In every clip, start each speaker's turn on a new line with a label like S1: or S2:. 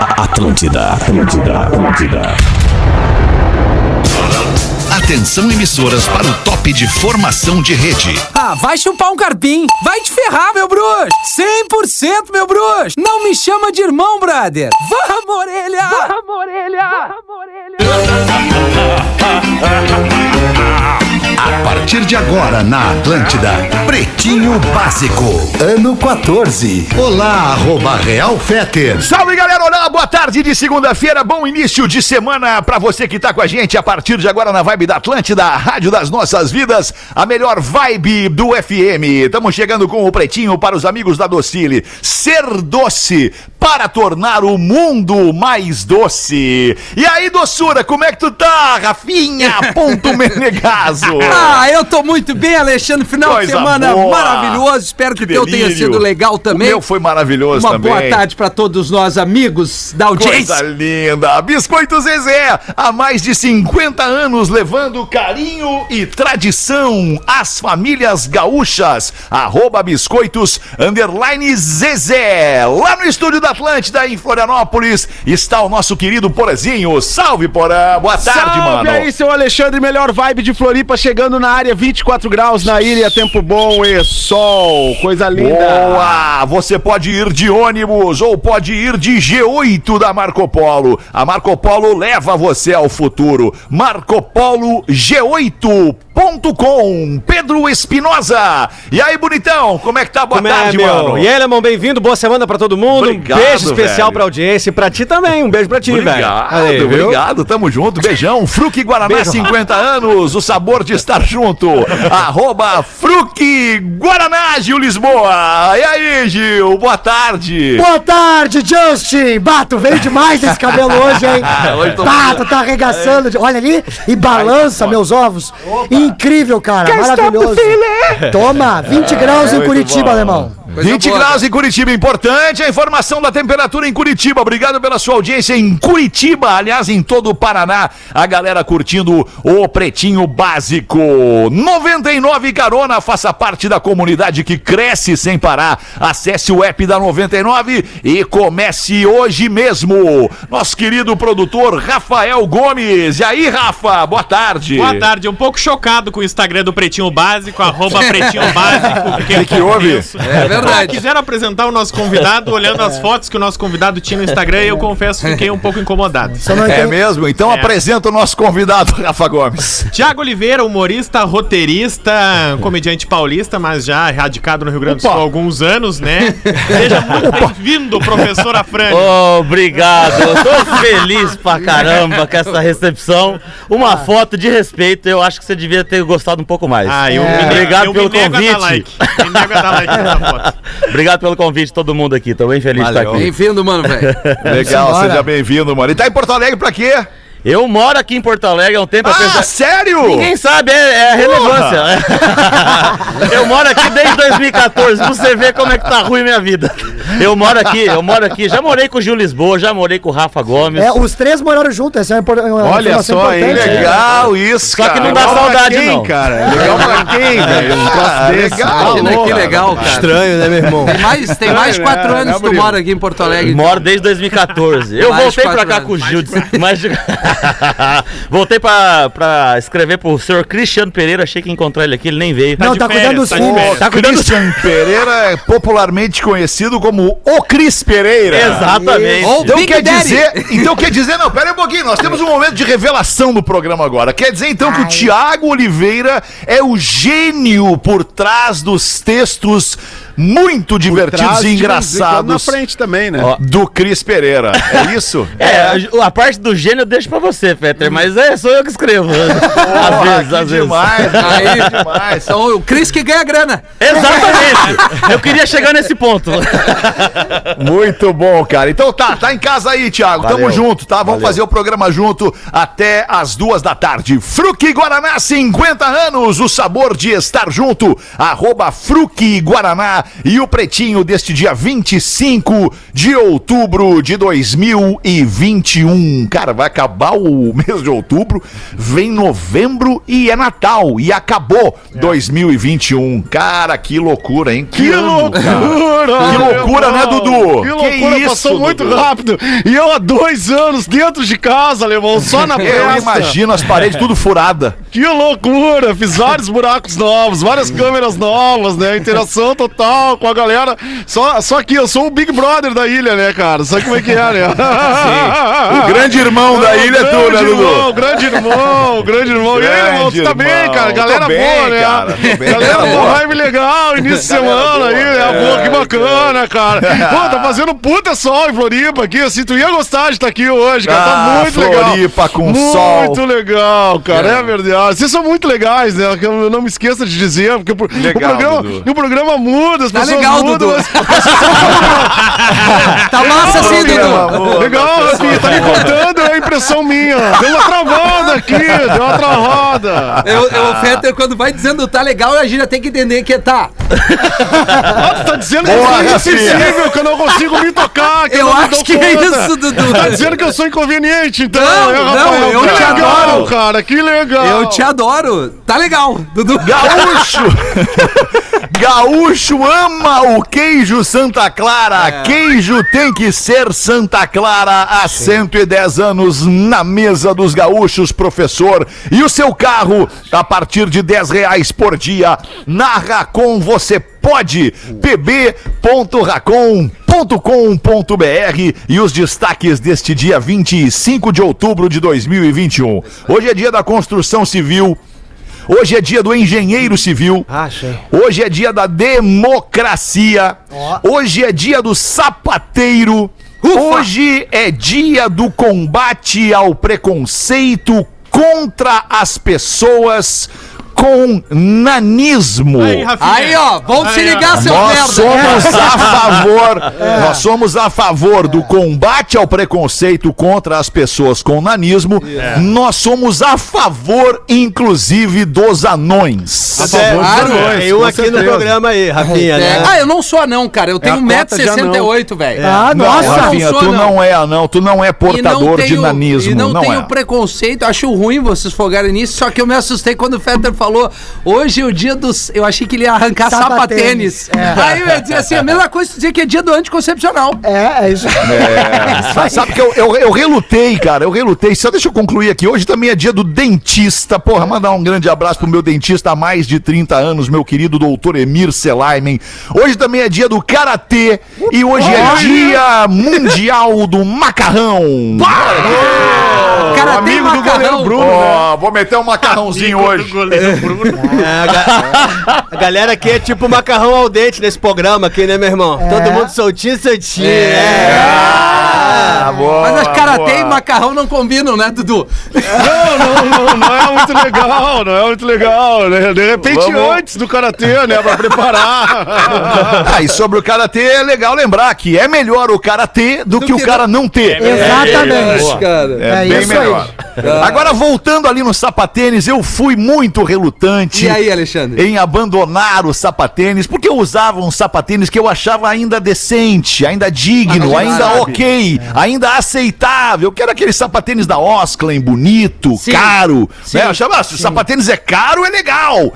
S1: Atlântida, Atlântida, Atlântida.
S2: Atenção emissoras para o top de formação de rede.
S3: Ah, vai chupar um carpim. Vai te ferrar, meu bruxo. 100% meu bruxo. Não me chama de irmão, brother. Vamos, orelha. Vamos, orelha. Vamos,
S2: A partir de agora na Atlântida, Pretinho Básico, ano 14. Olá, arroba Real Feter.
S4: Salve galera, olá, boa tarde de segunda-feira, bom início de semana pra você que tá com a gente a partir de agora na Vibe da Atlântida, a Rádio das Nossas Vidas, a melhor vibe do FM. Estamos chegando com o Pretinho para os amigos da Docile. Ser doce para tornar o mundo mais doce. E aí, doçura, como é que tu tá, Rafinha? Ponto Menegaso.
S3: Ah, eu tô muito bem, Alexandre. Final de
S4: Coisa
S3: semana
S4: boa.
S3: maravilhoso. Espero que, o teu tenha
S4: delírio.
S3: sido legal também.
S4: O meu foi maravilhoso
S3: Uma
S4: também.
S3: boa tarde pra todos nós, amigos da audiência.
S4: Coisa linda! Biscoito Zezé, há mais de 50 anos levando carinho e tradição às famílias gaúchas. Arroba Biscoitos, underline Zezé. Lá no estúdio da Atlântida, em Florianópolis, está o nosso querido Porazinho. Salve, Porã! Boa tarde,
S5: Salve
S4: mano!
S5: aí, seu Alexandre, melhor vibe de Floripa, chegando na área, 24 graus na ilha, tempo bom e sol, coisa linda.
S4: Boa! Você pode ir de ônibus ou pode ir de G8 da Marco Polo. A Marco Polo leva você ao futuro. MarcoPoloG8.com Pedro Espinosa. E aí, bonitão, como é que tá? Boa
S6: Como é,
S4: tarde,
S6: meu?
S4: mano.
S6: E aí, Lemão, bem-vindo, boa semana pra todo mundo.
S4: Obrigado,
S6: um beijo especial
S4: velho.
S6: pra audiência e pra ti também. Um beijo pra ti,
S4: Obrigado,
S6: velho. Aí, viu?
S4: obrigado, tamo junto, beijão. Fruque Guaraná,
S6: Beijo.
S4: 50 anos, o sabor de estar junto. Arroba Fruque Guaraná, Gil Lisboa. E aí, Gil, boa tarde.
S7: Boa tarde, Justin! Bato, veio demais esse cabelo hoje, hein?
S4: Hoje tô-
S7: Bato, tá arregaçando. de- Olha ali e balança meus ovos. Incrível, cara, maravilhoso.
S3: É,
S7: Toma, 20 graus em Curitiba, alemão.
S4: 20
S3: boa,
S4: graus em Curitiba, importante a informação da temperatura em Curitiba. Obrigado pela sua audiência em Curitiba, aliás, em todo o Paraná. A galera curtindo o Pretinho Básico. 99 Carona, faça parte da comunidade que cresce sem parar. Acesse o app da 99 e comece hoje mesmo. Nosso querido produtor Rafael Gomes. E aí, Rafa, boa tarde.
S8: Boa tarde, um pouco chocado com o Instagram do Pretinho Básico, arroba Pretinho Básico. porque
S4: O que que houve?
S8: eu confesso-
S3: É verdade.
S8: Ah, quiseram apresentar o nosso convidado, olhando as fotos que o nosso convidado tinha no Instagram, e eu confesso, fiquei um pouco incomodado.
S7: Só não
S4: É
S7: entendi.
S4: mesmo? Então
S8: É.
S4: apresenta o nosso convidado, Rafa Gomes.
S8: Tiago Oliveira, humorista, roteirista, comediante paulista, mas já radicado no Rio Grande do Sul há alguns anos, né? Seja muito bem-vindo, professora Fran.
S6: Obrigado, eu tô feliz pra caramba com essa recepção. Uma foto de respeito, eu acho que você devia ter gostado um pouco mais.
S8: Ah, eu
S6: É.
S8: me,
S6: Obrigado
S8: eu
S6: pelo
S8: me nego a dar
S6: convite.
S8: like. Me nego a dar like nessa foto.
S6: Obrigado pelo convite, todo mundo aqui. Tô bem feliz de
S4: Valeu.
S6: estar aqui.
S3: Bem-vindo, mano, velho.
S4: Legal,
S7: Simbora.
S4: seja bem-vindo, mano. E tá em Porto Alegre pra quê? Ah,
S6: Eu moro aqui em Porto Alegre há um tempo. apesar-
S4: sério?
S6: Ninguém sabe, é, é a relevância. Eu moro aqui desde 2014, pra você ver como é que tá ruim minha vida. Eu moro aqui, eu moro aqui. Já morei com o Gil Lisboa, já morei com o Rafa Gomes.
S7: É, os três moraram juntos, essa é uma impor- uma
S4: Olha
S7: informação
S4: só, hein?
S7: importante.
S4: Legal isso,
S6: Só
S4: cara.
S6: que não dá
S4: Legal pra
S6: saudade,
S4: quem,
S6: não.
S4: cara. Legal pra quem, velho? Um troço
S5: Ah,
S4: desse.
S5: legal.
S4: Tá
S3: Imagina
S4: louco,
S3: que legal, cara.
S5: Estranho, né, meu irmão?
S3: Tem mais, tem mais
S5: Estranho,
S3: quatro
S5: né?
S3: anos
S5: Né,
S6: é
S3: que tu
S5: Murilo?
S3: moro aqui em Porto Alegre.
S6: Moro desde 2014. Eu
S3: Mais
S6: voltei pra
S3: quatro
S6: cá
S3: anos.
S6: com o Gil. Mais de... voltei pra, pra escrever pro senhor Cristiano Pereira. Achei que ia encontrar ele aqui, ele nem veio.
S7: Não,
S8: de
S7: tá
S8: férias,
S7: cuidando dos
S8: tá de
S7: filhos.
S8: férias.
S6: Tá cuidando do-
S4: Christian Pereira é popularmente conhecido como o Cris Pereira.
S6: Exatamente.
S3: Ou
S4: Então
S3: Big
S4: quer
S3: Daddy.
S4: dizer, então quer dizer, não, pera aí um pouquinho, nós temos um momento de revelação do programa agora. Quer dizer então que o Tiago Oliveira é o gênio por trás dos textos muito divertidos
S5: Trás
S4: e
S5: de- Na
S4: engraçados
S5: frente também, né?
S6: Ó.
S4: do Cris Pereira. É isso?
S6: É, a, a parte do gênio eu deixo pra você, Peter, mas é, sou eu que escrevo. às
S4: Porra,
S6: vezes,
S4: que
S6: às vezes.
S4: Demais,
S3: Aí,
S4: aí, demais.
S3: Então, o Cris que ganha grana.
S6: Exatamente! Eu queria chegar nesse ponto.
S4: Muito bom, cara. Então tá, tá em casa aí, Thiago. Tamo
S6: Valeu.
S4: junto, tá? Vamos fazer o programa junto até as duas da tarde. Fruque Guaraná, 50 anos, o sabor de estar junto. Arroba Fruque Guaraná, e o Pretinho deste dia 25 de outubro de 2021. Cara, vai acabar o mês de outubro, vem novembro e é Natal. E acabou 2021. Cara, que loucura, hein? Que, ano, cara. Que loucura, né, Dudu?
S5: Que loucura,
S4: isso,
S5: passou muito
S4: Dudu?
S5: rápido. E eu há dois anos dentro de casa, alemão, só na
S4: Eu
S5: festa.
S4: imagino as paredes tudo furada.
S5: Que loucura! Fiz vários buracos novos, várias câmeras novas, né? Interação total com a galera. Só, só que eu sou o Big Brother da ilha, né, cara? Sabe como é que é, né?
S4: O grande irmão da ilha é tu, né,
S5: grande irmão,
S4: Dudu?
S5: grande irmão, grande irmão. E aí, irmão, tu tá
S4: Grande
S5: bem,
S4: irmão.
S5: cara?
S4: Tô
S5: Galera
S4: bem,
S5: boa, né?
S4: cara, tô bem,
S5: Galera
S4: galera
S5: boa,
S4: boa.
S5: vibe legal, início de
S4: Galera
S5: semana
S4: boa.
S5: aí, né? Boa, que
S4: É,
S5: bacana, cara. Pô, tá fazendo puta sol em Floripa aqui, assim, tu ia gostar de estar aqui hoje, cara. Tá
S4: Ah,
S5: muito legal.
S4: Floripa com
S5: muito
S4: sol.
S5: Muito legal, cara, é. verdade. Vocês são muito legais, né? Que Eu não me esqueça de dizer, porque o pro- o,
S4: Legal,
S5: programa,
S4: Dudu.
S5: o programa muda, as
S3: Tá
S5: pessoas
S3: legal,
S5: mudam.
S3: Dudu.
S5: as-
S3: Tá massa assim,
S4: Programa,
S3: Dudu.
S4: amor.
S5: Legal, Rafinha, tá me contando, é impressão minha. Deu uma travada aqui, deu uma travada.
S3: Eu, eu, o Fetter, quando vai dizendo tá legal, a gente já tem que entender que tá.
S5: Ah, tu tá dizendo que
S4: Boa,
S5: eu sou
S4: Rafinha.
S5: insensível, que eu não consigo me tocar, que eu,
S3: Eu
S5: não me
S3: acho
S5: dou
S3: que é
S5: conta.
S3: isso, Dudu.
S5: Tá dizendo que eu sou inconveniente, então.
S3: Não,
S5: né,
S3: não,
S5: Rafael?
S3: eu
S5: que
S3: te
S5: legal,
S3: adoro.
S5: cara, que legal.
S3: Eu te adoro. Tá legal, Dudu.
S4: Gaúcho! Gaúcho ama o queijo Santa Clara. Queijo tem que ser Santa Clara há 110 anos na mesa dos gaúchos, professor. E o seu carro, a partir de 10 reais por dia, na Racon você pode. pb.racon.com.br e os destaques deste dia 25 de outubro de 2021. Hoje é dia da construção civil. Hoje é dia do engenheiro civil.
S7: Acha.
S4: Hoje é dia da democracia. Hoje é dia do sapateiro. Hoje é dia do combate ao preconceito contra as pessoas com nanismo.
S8: Rafinha.
S3: Aí, ó, vamos se
S8: Aí, ó. É.
S3: ligar, seu
S4: Nós
S3: merda.
S4: somos a favor, nós somos a favor do combate ao preconceito contra as pessoas com nanismo.
S8: É.
S4: Nós somos a favor, inclusive, dos anões.
S3: Claro.
S9: Tem um é aqui no programa aí, Rafinha,
S3: É.
S9: né? É.
S3: Ah, eu não sou anão, cara. Eu tenho
S5: É a cota de É.
S3: 1,68m, velho.
S7: Ah,
S4: Não,
S7: nossa!
S4: Rafinha,
S3: sou,
S4: tu
S3: não.
S4: não é anão, tu não é
S3: E não
S4: portador de
S3: tenho-
S4: nanismo.
S3: E não,
S4: Não,
S3: tenho
S4: é.
S3: preconceito, acho ruim vocês fogarem nisso, só que eu me assustei quando o Fetter falou, hoje é o dia dos... Eu achei que ele ia arrancar
S7: Sapatênis.
S3: sapatênis. Aí eu ia dizer assim, a mesma coisa que dizer que é dia do anticoncepcional.
S7: É, é isso.
S4: Mas sabe que eu, eu, eu relutei, cara, eu relutei. Só deixa eu concluir aqui. Hoje também é dia do dentista. Porra, mandar um grande abraço pro meu dentista há mais de 30 anos, meu querido doutor Emir Selaimen. Hoje também é dia do Karatê. E hoje é dia mundial do macarrão.
S3: Cara, tem
S5: amigo do goleiro Bruno, né?
S4: Ó, vou meter um macarrãozinho hoje.
S9: É, a, ga- a galera aqui é tipo macarrão ao dente nesse programa aqui, né, meu irmão? Todo mundo soltinho, soltinho. É.
S4: Ah, boa,
S3: Mas acho que karatê
S4: boa. É
S3: e macarrão não combinam, né, Dudu?
S5: Não, não, não, não é muito legal, não é muito legal, né? De repente
S4: Vamos.
S5: antes do Karatê, né? Pra preparar.
S4: Ah, e sobre o Karatê, é legal lembrar que é melhor o Karatê do, que, o
S3: que
S4: cara não ter.
S7: Exatamente.
S3: Cara.
S7: É,
S4: bem
S7: isso aí.
S4: melhor. Agora, voltando ali no sapatênis, eu fui muito relutante
S3: E aí, Alexandre?
S4: em abandonar o sapatênis, porque eu usava um sapatênis que eu achava ainda decente, ainda digno,
S3: Ah,
S4: ainda
S3: sabe.
S4: ok, ainda aceitável, que era aquele sapatênis da Osklin, bonito,
S3: Sim.
S4: caro.
S3: Sim.
S4: né? Eu achava, ah, se o sapatênis é caro, é legal.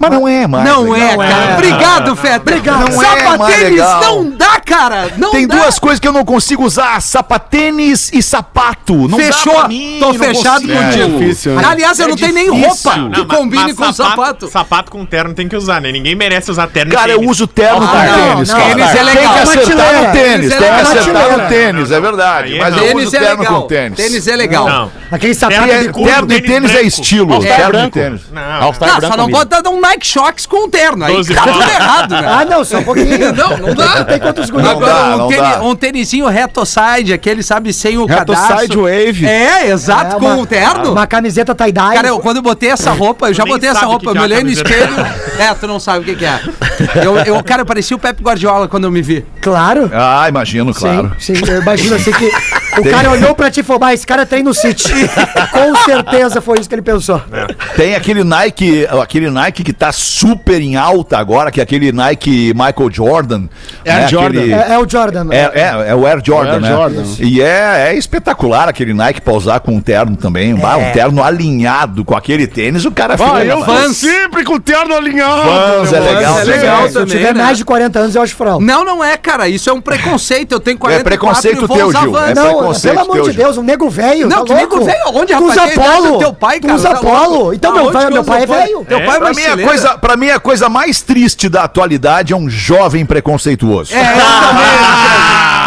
S4: Mas não é mais.
S3: Não é,
S4: legal.
S3: cara. Obrigado, Fetter. Obrigado.
S4: Não é, mas é
S3: Sapatênis
S4: legal.
S3: não dá, cara. Não
S4: Tem
S3: dá.
S4: duas coisas que eu não consigo usar: sapatênis e sapato. Não
S3: Fechou.
S4: Dá pra mim,
S3: Tô
S4: não
S3: fechado
S4: consigo.
S3: contigo.
S5: É difícil, né?
S3: Aliás, eu não tenho nem roupa que combine com o sapato.
S8: Sapato com terno tem que usar, né? Ninguém merece usar terno. e
S4: Cara, eu
S8: tênis.
S4: uso terno
S3: Ah,
S4: com
S3: não,
S4: tênis.
S3: não,
S4: cara.
S3: tênis é
S4: Tem
S3: legal.
S4: que acertar
S7: Prateleira.
S4: no tênis. Tem
S3: Tênis
S4: que
S3: é
S4: acertar
S7: legal.
S4: no tênis, é verdade.
S8: Aí
S4: Mas
S8: não.
S4: eu uso
S3: Tênis é
S4: terno
S3: legal.
S4: com tênis.
S3: Tênis é legal.
S8: Não.
S7: Aquele sapato
S8: Terno
S7: de
S8: de
S7: couro.
S4: Terno e
S8: Tênis
S4: tênis é
S8: branco.
S4: estilo.
S6: All-star
S4: Terno e
S6: branco.
S4: tênis. é
S8: Não.
S6: All-star
S3: Tá,
S6: branco,
S3: só não
S6: amigo.
S3: bota dar um Nike Shox com um terno. Aí
S8: 12
S3: tá tudo
S8: bolas.
S3: errado,
S7: Ah,
S3: né?
S7: não, só um pouquinho.
S3: Não, não dá.
S7: Tem quantos guris?
S4: Não dá,
S3: Agora, um,
S4: não
S3: tênis,
S4: dá.
S3: um tênisinho reto side, aquele, sabe, sem o
S5: Reto
S3: cadarço.
S5: side wave.
S3: É, exato,
S7: É,
S3: com
S7: uma-
S3: o terno.
S7: Uma camiseta tie-dye.
S3: Cara, eu, quando eu botei essa roupa, eu já
S8: nem
S3: botei essa
S8: sabe o
S3: roupa,
S8: que
S3: eu me
S8: que é
S3: olhei
S8: a
S3: no
S8: camiseta.
S3: espelho. É, tu não sabe o que, que é. Eu, eu, cara, eu parecia o Pepe Guardiola quando eu me vi.
S7: Claro.
S4: Ah, imagino, claro.
S7: Sim, sim, eu imagino assim que O cara olhou pra ti e falou: "Bah, esse cara treina no City. Com certeza foi isso que ele pensou.
S4: Tem aquele Nike, aquele Nike que tá super em alta agora, que é aquele Nike Michael Jordan.
S5: Air Jordan.
S4: Né, Aquele-
S7: É, é o Jordan.
S4: É, é, é o Air Jordan,
S5: Air
S4: né?
S5: Jordan.
S4: E é, é espetacular aquele Nike pra usar com um terno também. Bah, um terno alinhado com aquele tênis, o cara
S5: Ah, eu
S4: Fans,
S5: vou sempre com o terno alinhado.
S4: é legal,
S3: é
S4: também.
S3: legal
S7: Se eu
S3: também,
S7: tiver
S3: né?
S7: mais de 40 anos, eu acho fraude.
S3: Não, não é, cara. Isso é um preconceito. Eu tenho 44
S4: preconceito
S3: e vou
S4: teu,
S3: usar
S4: Gil.
S3: Vans.
S4: É
S7: Não,
S4: preconceito
S7: pelo amor
S4: teu,
S7: de
S4: Gil.
S7: Deus, um nego velho.
S3: Não,
S7: tá
S3: que nego
S7: louco?
S3: velho? Onde,
S7: Tu
S3: rapaz?
S7: usa
S3: Tem idade do
S7: polo.
S3: teu pai, cara.
S7: Tu usa
S3: Tá louco?
S7: polo. Então, meu,
S3: Aonde
S7: pai,
S3: que
S7: meu
S3: usa
S7: pai é
S3: polo?
S7: velho.
S3: Teu pai é
S4: Pra mim, a
S3: brasileiro.
S4: coisa, pra mim, a coisa mais triste da atualidade é um jovem preconceituoso.
S3: É, exatamente.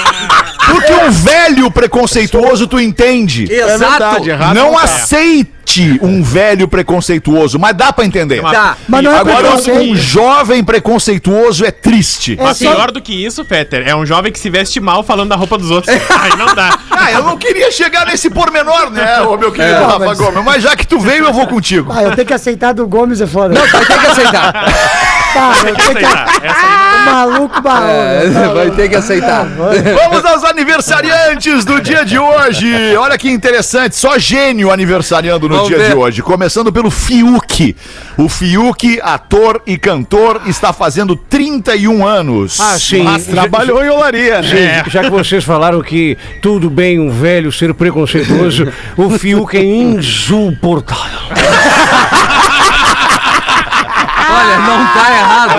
S4: Porque um velho preconceituoso tu entende.
S3: Exato.
S5: verdade, é. errado
S4: não
S5: não tá.
S4: aceite um velho preconceituoso, mas dá pra entender.
S3: Tá.
S7: Mas não é
S4: Agora, um
S7: preconceito.
S4: jovem preconceituoso é triste.
S7: É
S8: Mas
S7: só-
S8: pior do que isso, Fetter, é um jovem que se veste mal falando da roupa dos outros. Ai, não dá.
S4: Ah, eu não queria chegar nesse pormenor, né, ô meu querido
S7: É,
S4: Rafa
S7: mas-
S4: Gomes, mas já que tu veio, eu vou contigo.
S7: Ah, eu tenho que aceitar do Gomes, é foda. Não,
S3: Vai ter que aceitar.
S7: tá, eu tenho que... O maluco tá barulho.
S3: É, Vai ter que aceitar.
S4: Vamos aos aniversariantes do dia de hoje. Olha que interessante, só gênio aniversariando no
S3: Vamos
S4: dia de
S3: ver.
S4: hoje. Começando pelo Fiuk. O Fiuk, ator e cantor, está fazendo 31 anos.
S10: Ah, sim.
S5: Mas trabalhou em olaria, né?
S10: Gente, já que vocês falaram que tudo bem um velho ser preconceituoso, o Fiuk é insuportável.
S3: Olha, não tá errado,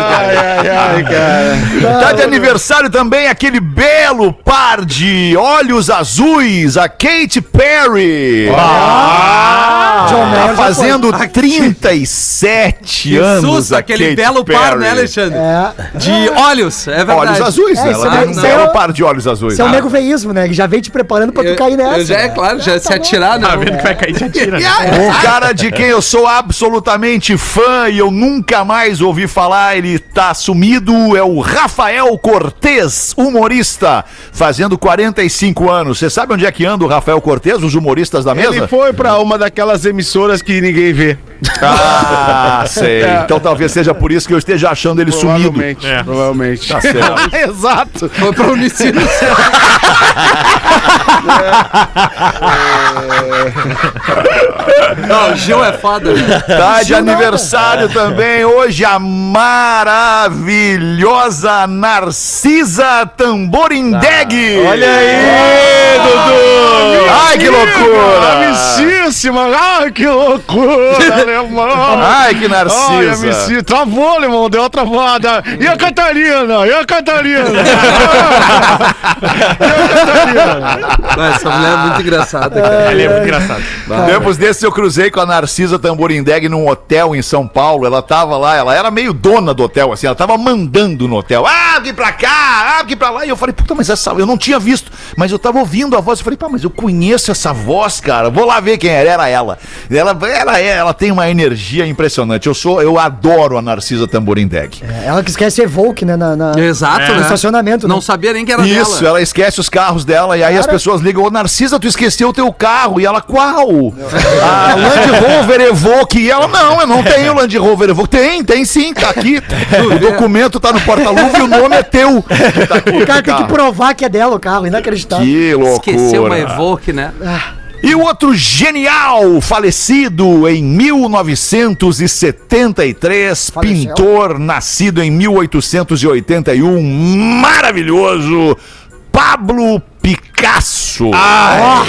S3: cara.
S4: Ah. Tá de aniversário também aquele belo par de olhos azuis, a Kate Perry.
S3: Ah.
S7: John Mayer
S4: tá
S7: já
S4: fazendo 37 anos.
S3: Sussa,
S4: a
S3: aquele
S4: Katy
S3: belo par,
S4: Perry.
S3: né, Alexandre?
S7: É.
S3: De olhos, é verdade.
S4: Olhos azuis,
S7: É,
S4: né?
S7: isso
S4: Ela
S7: é-
S4: tem um
S7: isso é
S4: belo
S7: o-
S4: par de olhos azuis.
S7: Isso é um
S4: Ah.
S7: nego veísmo, né? Que já vem te preparando pra tu
S3: Eu-
S7: cair nessa.
S3: eu já é
S7: né?
S3: claro, já
S7: Ah,
S3: se
S7: tá bom.
S3: atirar, né?
S8: Tá vendo
S5: é
S8: que vai cair de atira, né?
S4: Um cara de quem eu sou absolutamente fã e eu nunca mais ouvi falar, ele tá sumido, é o Rafael Cortez, humorista, fazendo 45 anos. Você sabe onde é que anda o Rafael Cortez, os humoristas da mesa?
S5: Ele foi pra uma daquelas emissoras que ninguém vê. É.
S4: Ah, sei. Então talvez seja por isso que eu esteja achando ele sumido.
S5: Provavelmente.
S8: É.
S5: Provavelmente.
S4: Tá certo.
S5: Exato.
S3: Foi pra Unicinos. Não, o Gil é foda, né?
S4: Tá de aniversário também hoje a maravilhosa Narcisa Tamborindeg. Ah, Olha aí,
S5: Ah,
S4: Dudu! Ai, que loucura!
S5: Amicíssima. Ai, que loucura, alemão.
S4: Ai, que
S5: Ai,
S4: Narcisa! Hum.
S5: amici- Travou, alemão. Deu uma travada. E a Catarina? E a Catarina?
S3: Mas essa mulher é muito engraçada, cara.
S8: Ele é muito engraçado.
S4: Tempos desses eu cruzei com a Narcisa Tamborindeg num hotel em São Paulo. Ela tava lá, ela era meio dona do hotel, assim, ela tava mandando no hotel. Abre pra cá, abre pra lá. E eu falei, puta, mas essa. Eu não tinha visto, mas eu tava ouvindo a voz. Eu falei, pá, mas eu conheço essa voz, cara. Vou lá ver quem era. Era ela. Ela, ela, é- ela tem uma energia impressionante. Eu sou, eu adoro a Narcisa Tamborindeg.
S7: É, Ela que esquece ser Volk, né? Na, na...
S3: Exato,
S7: No
S3: né?
S7: estacionamento, né?
S3: Não sabia nem que era
S4: É. Isso,
S3: dela.
S4: ela esquece os carros dela e aí as pessoas ligam, ô Narcisa, tu esqueceu o teu carro. E ela, qual? A Land Rover Evoque. E ela, não, eu não tenho Land Rover Evoque. Tem, tem sim, tá aqui. O documento tá no porta-luva e o nome é teu. Tá aqui
S7: O cara tem que
S4: carro.
S7: provar que é dela o carro, inacreditável.
S4: Que loucura.
S3: Esqueceu uma Evoque, né?
S4: E o outro genial, falecido em 1973,
S7: Faleceu.
S4: pintor, nascido em 1881, maravilhoso, Pablo Picasso.
S10: Ah,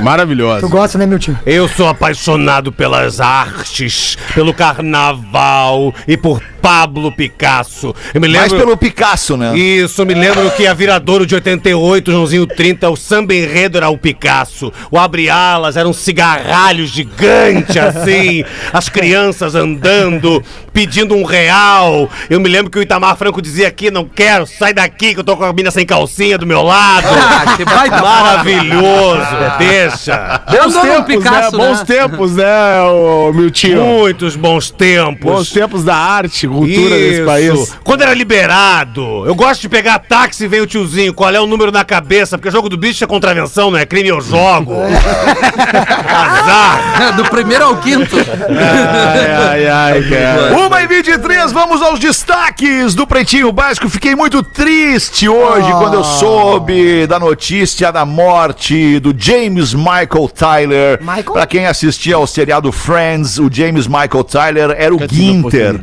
S5: Maravilhosa.
S7: Tu gosta, né, meu tio?
S10: Eu sou apaixonado pelas artes, pelo carnaval e por Pablo Picasso. Eu me
S4: Mas
S10: lembro.
S4: pelo Picasso, né?
S10: Isso, me lembro que a Viradouro de 88, Joãozinho 30, o samba enredo era o Picasso. O Abre Alas era um cigarralho gigante, assim. As crianças andando, pedindo um real. Eu me lembro que o Itamar Franco dizia aqui, não quero, sai daqui que eu tô com a mina sem calcinha do meu lado.
S3: Ah, que baita
S10: Maravilhoso. Deixa.
S5: Bons
S3: Andou no
S5: tempos,
S3: Picasso,
S5: né? Bons
S3: né?
S5: tempos, né, ô, Miltinho?
S10: Muitos bons tempos.
S5: Bons tempos da arte, cultura desse
S10: Isso.
S5: país.
S10: Quando era liberado, eu gosto de pegar táxi e vem o tiozinho, qual é o número na cabeça, porque jogo do bicho é contravenção, não é crime, eu jogo. Azar.
S3: Do primeiro ao quinto. Ah, é.
S5: Ai, ai, ai, cara.
S4: 1 e 23 vamos aos destaques do Pretinho Básico. Fiquei muito triste hoje quando
S3: Ah.
S4: eu soube da notícia da morte do James Michael Tyler.
S7: Michael?
S4: Pra quem assistia ao seriado Friends, o James Michael Tyler era o Ginter.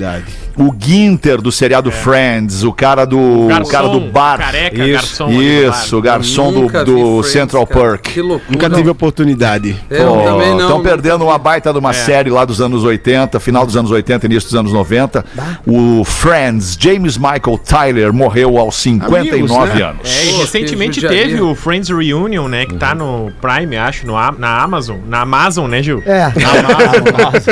S4: O Ginter do
S3: É.
S4: seriado Friends, o cara do, o cara do bar.
S8: Careca,
S5: Isso,
S8: garçom. ali do bar.
S4: Isso, o garçom
S3: Nunca
S4: do,
S3: vi
S4: do
S3: Friends,
S4: Central
S3: cara.
S4: Park.
S3: Que loucura.
S5: Nunca
S3: Não,
S5: tive oportunidade.
S3: Eu também não.
S4: Estão perdendo uma baita de uma série lá dos anos 80, final dos anos 80, início dos anos 90. O Friends, James Michael Tyler, morreu aos 59
S5: Amigos, né?
S4: anos.
S8: É, e
S3: Pô,
S8: recentemente
S3: que judiaria.
S8: teve o Friends Reunion, né? Que tá
S4: Uhum.
S8: no Prime, acho, no, Am- na Amazon. Na Amazon, né, Gil?
S7: É.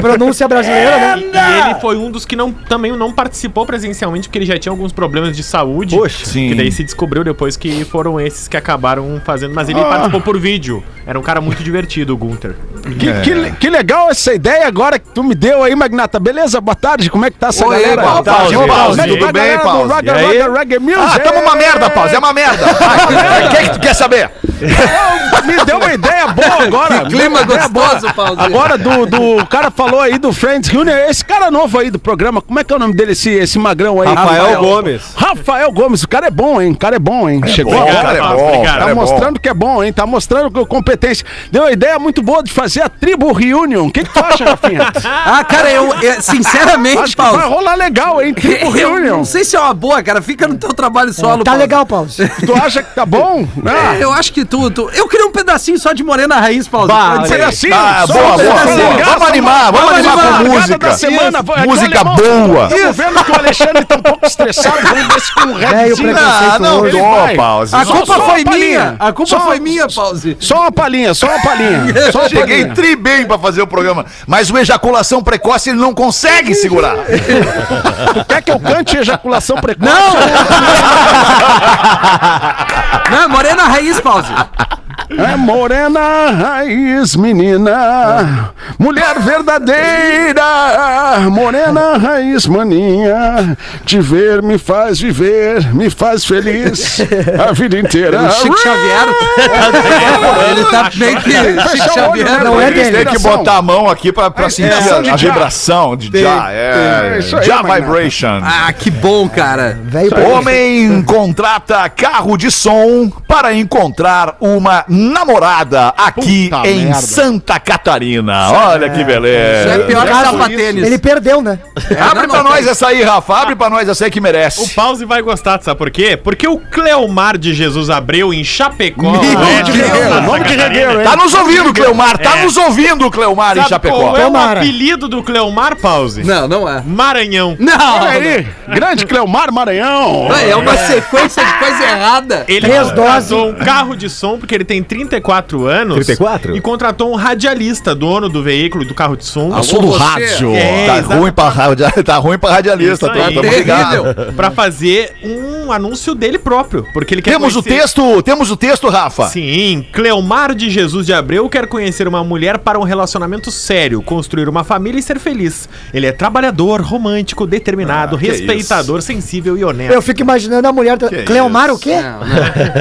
S7: Pronúncia brasileira,
S4: É,
S7: né?
S8: E ele foi um dos que não, também não participou presencialmente, porque ele já tinha alguns problemas de saúde. Poxa,
S4: sim.
S8: Que daí se descobriu depois que foram esses que acabaram fazendo. Mas ele participou por vídeo. Era um cara muito divertido, o Gunther.
S5: Que,
S9: É.
S5: que le- que legal essa ideia agora que tu me deu aí, Magnata. Beleza? Boa tarde, como é que tá essa
S3: Oi,
S5: galera?
S3: boa
S4: tarde,
S5: Como é que
S4: Pause.
S5: tá a
S4: Tudo bem,
S5: galera do
S4: Pause?
S5: Rock,
S4: E aí?
S5: Rock, Reggae Music?
S4: Ah, tamo uma merda, Paz, é uma merda. Vai, O que, é que tu quer saber?
S5: Me deu uma ideia boa agora.
S3: Clima gostoso, Paulinho.
S5: Agora do, do o cara falou aí do Friends Reunion, esse cara novo aí do programa, como é que é o nome dele, esse, esse magrão aí?
S9: Rafael Gomes.
S5: Rafael Gomes, o cara é bom, hein? O cara é bom, hein? Chegou
S4: Bom,
S5: agora.
S4: cara, é
S8: Paz,
S4: bom,
S8: obrigado.
S4: cara,
S5: Tá
S4: é bom.
S5: mostrando que é bom, hein? Tá mostrando que- competência. Deu uma ideia muito boa de fazer a tribo reunion. O que, que tu acha, Rafinha?
S3: Ah, cara, eu, é, sinceramente,
S5: Acho que vai
S3: Paulo.
S5: rolar legal, hein? Tribo
S3: Eu
S5: reunion.
S3: não sei se é uma boa, cara. Fica no teu trabalho solo.
S7: Tá
S3: Paulo.
S7: legal, Paulo.
S5: Tu acha que tá bom? Ah,
S3: É, Eu acho que tu, tu- Eu queria um pedacinho só de Morena Raiz, Paulo. Pode ser
S5: olha
S3: assim?
S5: aí.
S4: Ah,
S5: só
S4: boa,
S5: um
S4: boa,
S5: pedacinho.
S4: boa. Vamos animar, vamos animar
S5: animar.
S4: com
S5: Largada da
S4: música.
S5: semana,
S4: Isso.
S5: vai, aqui,
S4: Música
S5: alemão.
S4: boa.
S5: Estamos vendo que o Alexandre tá um pouco estressado. Vamos ver se com o
S7: Velho
S5: rapzinho-
S4: Ah, não,
S5: Ele
S4: dou,
S5: vai.
S4: Pause.
S3: A
S5: Só-
S3: culpa
S5: só
S3: foi
S5: uma palhinha.
S3: minha. A culpa
S5: Só-
S3: foi minha, Pause.
S5: Só uma palhinha, só uma palhinha. Só uma
S4: Cheguei
S5: palhinha.
S4: tri bem pra fazer o programa, mas o ejaculação precoce ele não consegue segurar.
S5: Tu quer que eu cante ejaculação precoce?
S3: Não, é Morena Raiz, Pause.
S5: É morena raiz, menina. Mulher verdadeira. Morena raiz, maninha. Te ver me faz viver, me faz feliz a vida inteira.
S3: O Chico Xavier. Ele tá meio que. Chico
S5: Fecha o olho,
S3: Xavier.
S5: né?
S7: Não é
S4: A gente
S7: dele.
S4: tem que
S5: vibração.
S4: botar a mão aqui pra, pra sentir
S5: vibração
S4: a,
S5: É, de
S4: a
S5: já.
S4: vibração de já. É,
S5: tem, isso aí,
S4: já
S5: Magnata.
S4: vibration.
S3: Ah, que bom, cara.
S7: Velho,
S4: Homem contrata carro de som para encontrar uma namorada aqui
S5: Puta
S4: em
S5: merda.
S4: Santa Catarina. Olha que
S3: Isso
S4: beleza.
S3: é pior que
S7: Cara,
S3: sapatênis.
S7: Ele perdeu, né?
S4: Abre
S3: não,
S4: pra
S3: não
S4: nós
S3: tem.
S4: essa aí, Rafa. Abre pra nós essa aí que merece.
S8: O Pause vai gostar, sabe por quê? Porque o Cleomar de Jesus Abreu em Chapecó.
S4: Deus,
S8: Santa
S5: É Nome de
S8: Catarina, É.
S5: regueiro, hein?
S4: Tá nos ouvindo, Cleomar. Tá
S3: É.
S4: nos ouvindo, Cleomar em
S8: Sabe
S4: Chapecó.
S8: qual é o
S7: Tomara.
S8: apelido do Cleomar, Pause?
S3: Não, não é.
S8: Maranhão.
S3: Não!
S5: Olha aí, grande Cleomar Maranhão.
S3: Não, É uma sequência de coisa errada.
S8: Ele
S7: Três
S8: contratou um carro de som, porque ele tem 34 anos.
S9: 34?
S8: E contratou um radialista, dono do veículo e do carro de som.
S4: Alô, do rádio.
S8: É,
S4: tá,
S8: exato.
S4: ruim pra, radio- tá ruim pra radialista,
S8: Isso
S4: tá?
S8: aí.
S4: Tamo ligado.
S3: Terrível.
S8: Pra fazer um anúncio dele próprio. Porque ele quer
S4: Temos o
S8: conhecer-
S4: texto, temos o texto, Rafa.
S8: Sim, Cleomar de Jesus de Abreu quer conhecer uma mulher para um relacionamento sério, construir uma família e ser feliz. Ele é trabalhador, romântico, determinado, respeitador, sensível e honesto.
S7: Eu fico imaginando a mulher. Cleomar, o quê?
S3: Não, não.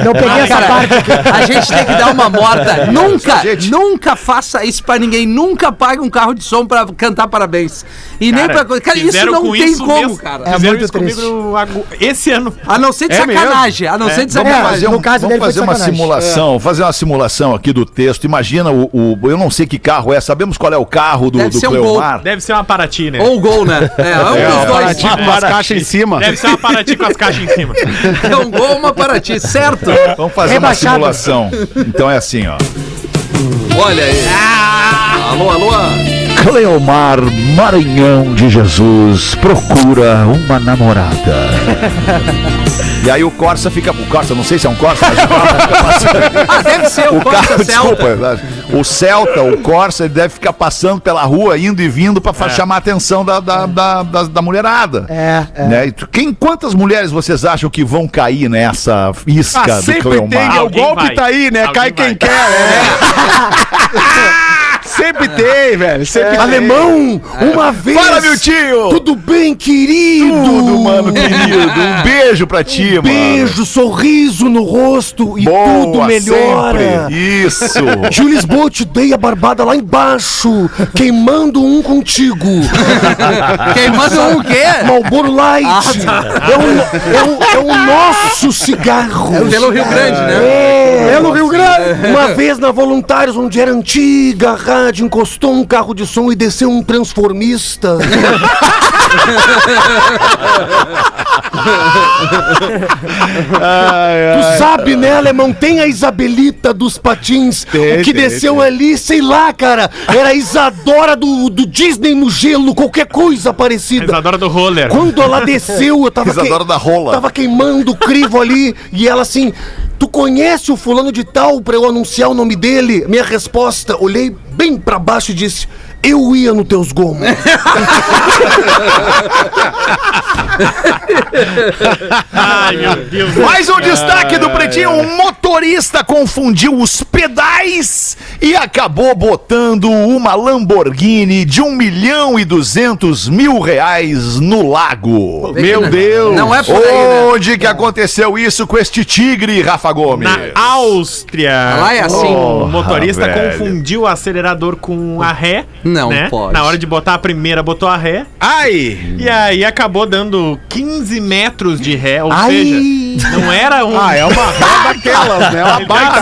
S7: Não peguei essa
S3: Cara,
S7: parte aqui.
S3: A gente tem que dar uma morta.
S4: É,
S3: Nunca, nunca faça isso pra ninguém. Nunca pague um carro de som pra cantar parabéns. E nem pra. coisa- Cara, isso
S8: fizeram
S3: não
S8: com
S3: tem
S8: isso
S3: como,
S8: mesmo-
S3: cara.
S7: É
S8: Fizeram
S7: muito
S8: isso comigo
S7: triste.
S8: no agu- esse ano. É
S3: A não ser de sacanagem. A não ser de
S4: É Vamos
S7: É,
S3: sacanagem.
S4: fazer,
S7: no
S4: um-
S7: caso
S4: vamos
S7: dele foi
S4: fazer uma
S7: sacanagem.
S3: É.
S4: simulação, fazer uma simulação aqui do texto. Imagina o, o- eu não sei que carro é, sabemos qual é o carro do,
S3: Deve
S4: do
S3: ser um
S4: Cleomar.
S8: Deve ser uma Paraty, né?
S3: Ou o gol, né? É, é um dos dois.
S5: Paraty com as caixas em cima.
S8: Deve ser uma Paraty com as caixas em cima.
S3: É um gol, uma Paraty, certo?
S4: Vamos fazer
S7: Rebaixado.
S4: uma simulação. Então é assim, ó.
S8: Ah!
S3: Olha aí. Alô, alô.
S1: Cleomar Maranhão de Jesus procura uma namorada.
S4: E aí o Corsa fica. O Corsa, não sei se é um Corsa, mas
S3: Ah, deve ser o,
S4: o carro,
S3: Corsa
S4: desculpa,
S3: Celta.
S4: é verdade. o Celta, o Corsa, ele deve ficar passando pela rua, indo e vindo pra fa- chamar a atenção da, da, da, da- da mulherada.
S7: É, é.
S4: Né? E tu- Quem, quantas mulheres vocês acham que vão cair nessa isca
S5: Ah,
S4: do
S5: sempre tem,
S4: Cleomar?
S5: é, o
S8: Alguém
S5: golpe
S8: vai.
S5: tá aí, né?
S8: Alguém vai.
S5: Cai quem quer, é. sempre tem, velho. Sempre tem. É.
S10: Alemão, uma vez.
S4: Fala, meu tio!
S10: Tudo bem, querido?
S4: Tudo, mano, querido. Um beijo pra ti, mano.
S10: Beijo, sorriso no rosto e
S4: Boa,
S10: tudo melhora.
S4: sempre. Isso.
S10: Júlio Lisboa, eu te dei a barbada lá embaixo, queimando um contigo.
S3: Quem manda um o quê? Ah, tá.
S10: Malboro Light. é, o, é, o, é o nosso cigarro.
S3: É um Pelo Rio Grande, né?
S10: É, é no Rio Grande. Uma vez na Voluntários, onde era antiga a rádio, encostou um carro de som e desceu um transformista. Tu sabe, né, alemão? Tem a Isabelita dos Patins, o que desceu ali, sei lá, cara. Era a Isadora do, do Disney no gelo, qualquer coisa parecida.
S8: Isadora do roller.
S10: Quando ela desceu, eu tava.
S4: Isadora da rola.
S10: Tava queimando o crivo ali e ela assim. Tu conhece o fulano de tal pra eu anunciar o nome dele? Minha resposta, olhei bem pra baixo e disse: Eu ia no teus gomos.
S8: Ai,
S3: É,
S8: meu Deus.
S4: Mais um destaque do Pretinho. Um motorista confundiu os pedais e acabou botando uma Lamborghini de 1 milhão e 200 mil reais no lago.
S5: Meu Deus.
S3: Não é por aí, né?
S4: Onde que aconteceu isso com este tigre, Rafa Gomes?
S8: Na Áustria.
S3: Lá é assim.
S8: O motorista
S4: velho.
S8: confundiu o acelerador com a ré. né?
S3: Não pode.
S8: Na hora de botar a primeira, botou a ré.
S5: Ai.
S8: E aí acabou dando 15 metros de ré. Ou
S7: Ai.
S8: seja, não era um.
S5: Ah, é uma ré daquelas, né? Uma baita.
S4: Ah,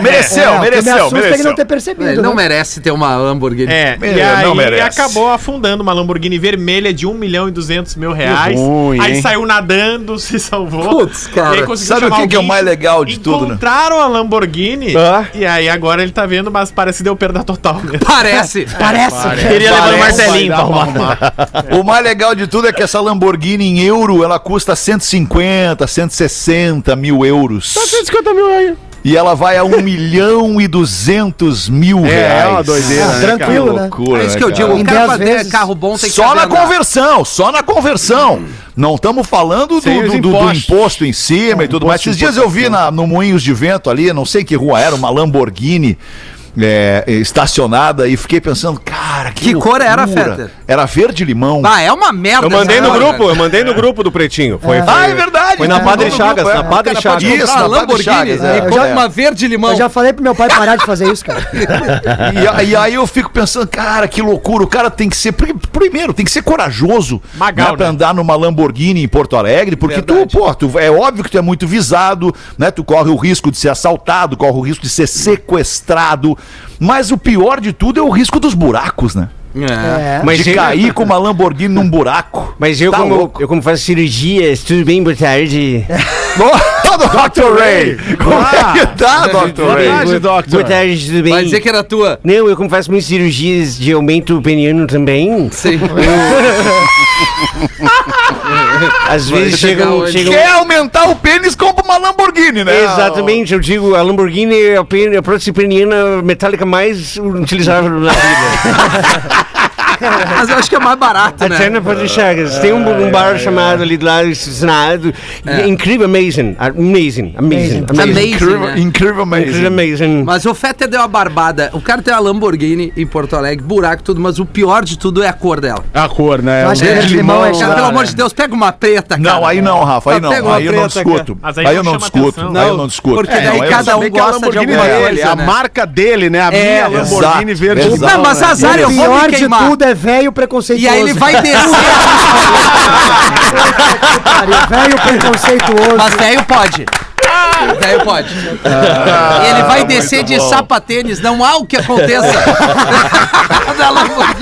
S7: o que
S4: mereceu,
S7: me
S4: mereceu,
S7: assusta é que
S4: mereceu.
S7: não ter percebido.
S3: Ele não
S7: né?
S3: merece ter uma Lamborghini.
S8: É, e
S4: É, não
S8: aí
S4: merece.
S8: acabou afundando uma Lamborghini vermelha de 1 milhão e 200 mil reais.
S5: ruim,
S8: aí
S5: hein?
S8: saiu nadando, se salvou.
S3: Putz, cara.
S8: E aí conseguiu
S4: Sabe o
S8: chamar
S4: que que é o
S8: alguém,
S4: mais legal de tudo, né?
S8: Encontraram a Lamborghini
S5: Ah.
S8: e aí agora ele tá vendo, mas parece que deu perda total mesmo.
S3: Parece.
S7: Parece.
S6: Queria levar
S8: um
S6: o
S4: Parece.
S6: martelinho pra arrumar.
S4: O mais legal de tudo é que essa Lamborghini em euro, ela custa 150, 160 mil euros.
S5: Tá 150 mil aí.
S4: E ela vai a 1 milhão e 200 mil reais.
S5: É, uma doideira, né,
S7: tranquilo, né?
S4: loucura,
S3: Ah, É isso que eu
S4: cara?
S3: digo.
S7: Em
S3: O cara
S7: dez
S3: pra ter
S7: vezes.
S3: carro bom tem que
S4: Só
S3: saber
S4: na
S3: andar.
S4: conversão, só na conversão. Não estamos falando do,
S5: Sem os
S4: do- do- do
S5: impostos.
S4: imposto em cima e tudo mais. Esses dias eu vi na, no Moinhos de Vento ali, não sei que rua era, uma Lamborghini é, estacionada e fiquei pensando, cara, que,
S3: Que cor era,
S4: loucura.
S3: Fetter?
S4: Era verde-limão.
S3: Ah, é uma merda.
S10: Eu mandei
S3: essa
S10: no
S3: hora,
S10: grupo,
S3: cara.
S10: eu mandei no grupo do Pretinho. Foi,
S4: Ah, é verdade.
S5: Foi na
S4: né?
S5: Padre
S4: Todo
S5: Chagas,
S4: grupo, é.
S5: na Padre
S4: O cara pode
S5: Chagas.
S4: Isso,
S3: Comprar
S4: na
S3: uma
S4: Padre
S3: Lamborghini
S4: Chagas. é.
S3: e compra uma verde-limão.
S7: Eu já falei pro meu pai parar de fazer isso, cara.
S4: E, e aí eu fico pensando, cara, que loucura. O cara tem que ser. pri- Primeiro, tem que ser corajoso
S8: Magal,
S4: né, pra
S8: né?
S4: andar numa Lamborghini em Porto Alegre, porque tu, pô, tu, é óbvio que tu é muito visado, né? Tu corre o risco de ser assaltado, corre o risco de ser sequestrado. Mas o pior de tudo é o risco dos buracos, né?
S7: É.
S3: É.
S9: Mas
S4: de
S9: eu-
S4: cair com uma Lamborghini num buraco.
S9: Mas eu,
S4: Tá
S9: como,
S4: louco.
S9: eu como faço cirurgias, tudo bem, boa tarde.
S4: Dr. Ray! Como é que tá, Dr. Ray?
S5: Verdade,
S9: Boa
S5: doctor.
S9: tarde, tudo bem?
S3: Vai dizer que era tua.
S9: Não, eu como faço muitas cirurgias de aumento peniano também,
S3: Sim.
S9: às
S3: Vai
S9: vezes
S3: chegar
S9: chegam...
S3: hoje.
S9: chegam...
S4: Quer aumentar o pênis, compra uma Lamborghini, né?
S9: Exatamente, eu digo, a Lamborghini é a, pen- a prótese peniana metálica mais utilizável na vida.
S3: Mas eu acho que é mais barato, né?
S9: Até na Padre Chagas. Tem um, um bar chamado ali do lado, estacionado.
S3: É.
S9: Incrível, amazing. Ah, Amazing, amazing, amazing.
S3: Amazing, né?
S4: Incrível,
S9: Incrível,
S4: mas.
S9: amazing.
S3: Mas o Feta deu uma barbada. O cara tem uma Lamborghini em Porto Alegre, buraco e tudo, mas o pior de tudo é a cor dela.
S5: A cor, né?
S7: Eu acho que verde-limão é
S3: Cara,
S7: chato.
S3: pelo amor de Deus, pega uma preta, Tá, cara.
S4: um Não, aí não, Rafa, aí
S3: Tá,
S4: não.
S3: pega uma
S4: Aí eu não
S3: preta,
S4: discuto.
S8: Mas aí
S4: Aí, eu
S8: não
S4: não
S8: chama
S4: discuto.
S8: atenção.
S4: Aí eu
S5: Não,
S4: não discuto.
S3: porque
S4: É,
S3: daí
S4: não, eu
S3: cada
S4: não
S3: um
S5: Também que a
S3: gosta de
S5: Lamborghini
S3: alguma
S5: é
S3: coisa,
S5: ele, a
S3: né?
S5: marca dele, né? A
S3: É,
S5: minha Lamborghini
S4: exato,
S5: verde.
S4: exato.
S3: Não, mas
S7: E
S3: azar,
S7: o
S3: eu vou me
S7: pior de
S3: queimar.
S7: tudo é velho preconceituoso.
S3: E aí ele vai descer.
S7: Cara, velho preconceituoso.
S3: mas velho pode. O velho pode.
S4: Ah,
S3: ele vai descer de sapatênis, não há o que aconteça. Da Lamborghini.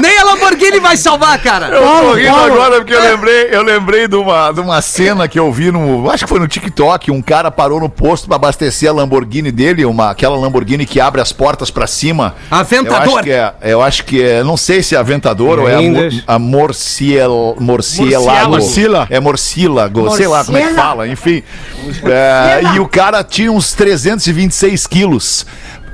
S3: Nem a Lamborghini vai salvar, cara.
S4: Eu tô rindo agora porque eu lembrei, eu lembrei de, uma, de uma cena que eu vi no. Acho que foi no TikTok. Um cara parou no posto pra abastecer a Lamborghini dele, uma, aquela Lamborghini que abre as portas pra cima. Eu acho
S3: Aventador.
S4: que é. Eu acho que é. Não sei se é Aventador ou é
S10: Ainda.
S4: a, mor, a morciel, Morcielago.
S5: Morcila.
S4: É Morcílago, sei lá como é que
S7: Morcila.
S4: fala, enfim. É, e o cara tinha uns 326 quilos.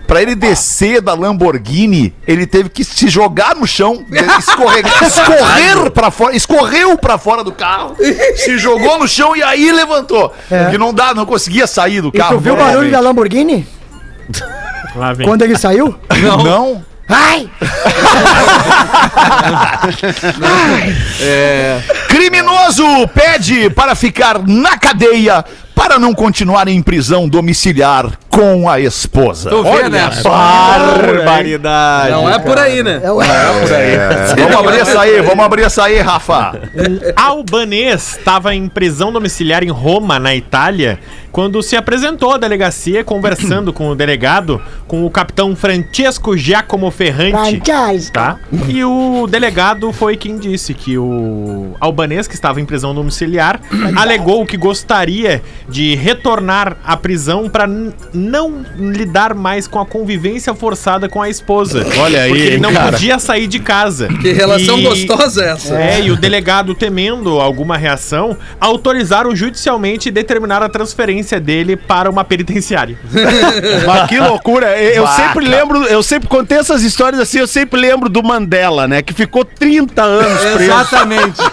S4: Pra ele descer da Lamborghini, ele teve que se jogar no chão, de- escorregar, escorrer pra fora, escorreu pra fora do carro, se jogou no chão e aí levantou.
S7: É.
S4: Porque não dá, não conseguia sair do
S7: E
S4: carro.
S7: tu viu o barulho da Lamborghini?
S8: Lá vem.
S7: Quando ele saiu?
S4: Não. não.
S7: Ai!
S4: É. Criminoso pede para ficar na cadeia para não continuar em prisão domiciliar com a esposa.
S3: Tu vê, né?
S9: Barbaridade.
S3: Não é por aí, né?
S7: É o-
S4: É, vamos abrir essa aí, vamos abrir essa aí, Rafa.
S8: Um albanês estava em prisão domiciliar em Roma, na Itália, quando se apresentou à delegacia conversando com o delegado, com o capitão Francesco Giacomo Ferranti.
S7: Francesco.
S8: Tá? E o delegado foi quem disse que o albanês, que estava em prisão domiciliar, alegou que gostaria de retornar à prisão para não lidar mais com a convivência forçada com a esposa.
S10: Olha aí,
S8: Porque ele
S10: hein,
S8: não
S10: cara.
S8: podia sair de casa.
S3: Que relação
S8: E-
S3: gostosa essa.
S8: é, e o delegado, temendo alguma reação, autorizaram judicialmente e determinaram a transferência dele para uma penitenciária.
S10: Mas que loucura! Eu eu
S4: Bah,
S10: sempre lembro, eu sempre contei essas histórias assim, eu sempre lembro do Mandela, né? Que ficou 30 anos preso.
S3: Exatamente.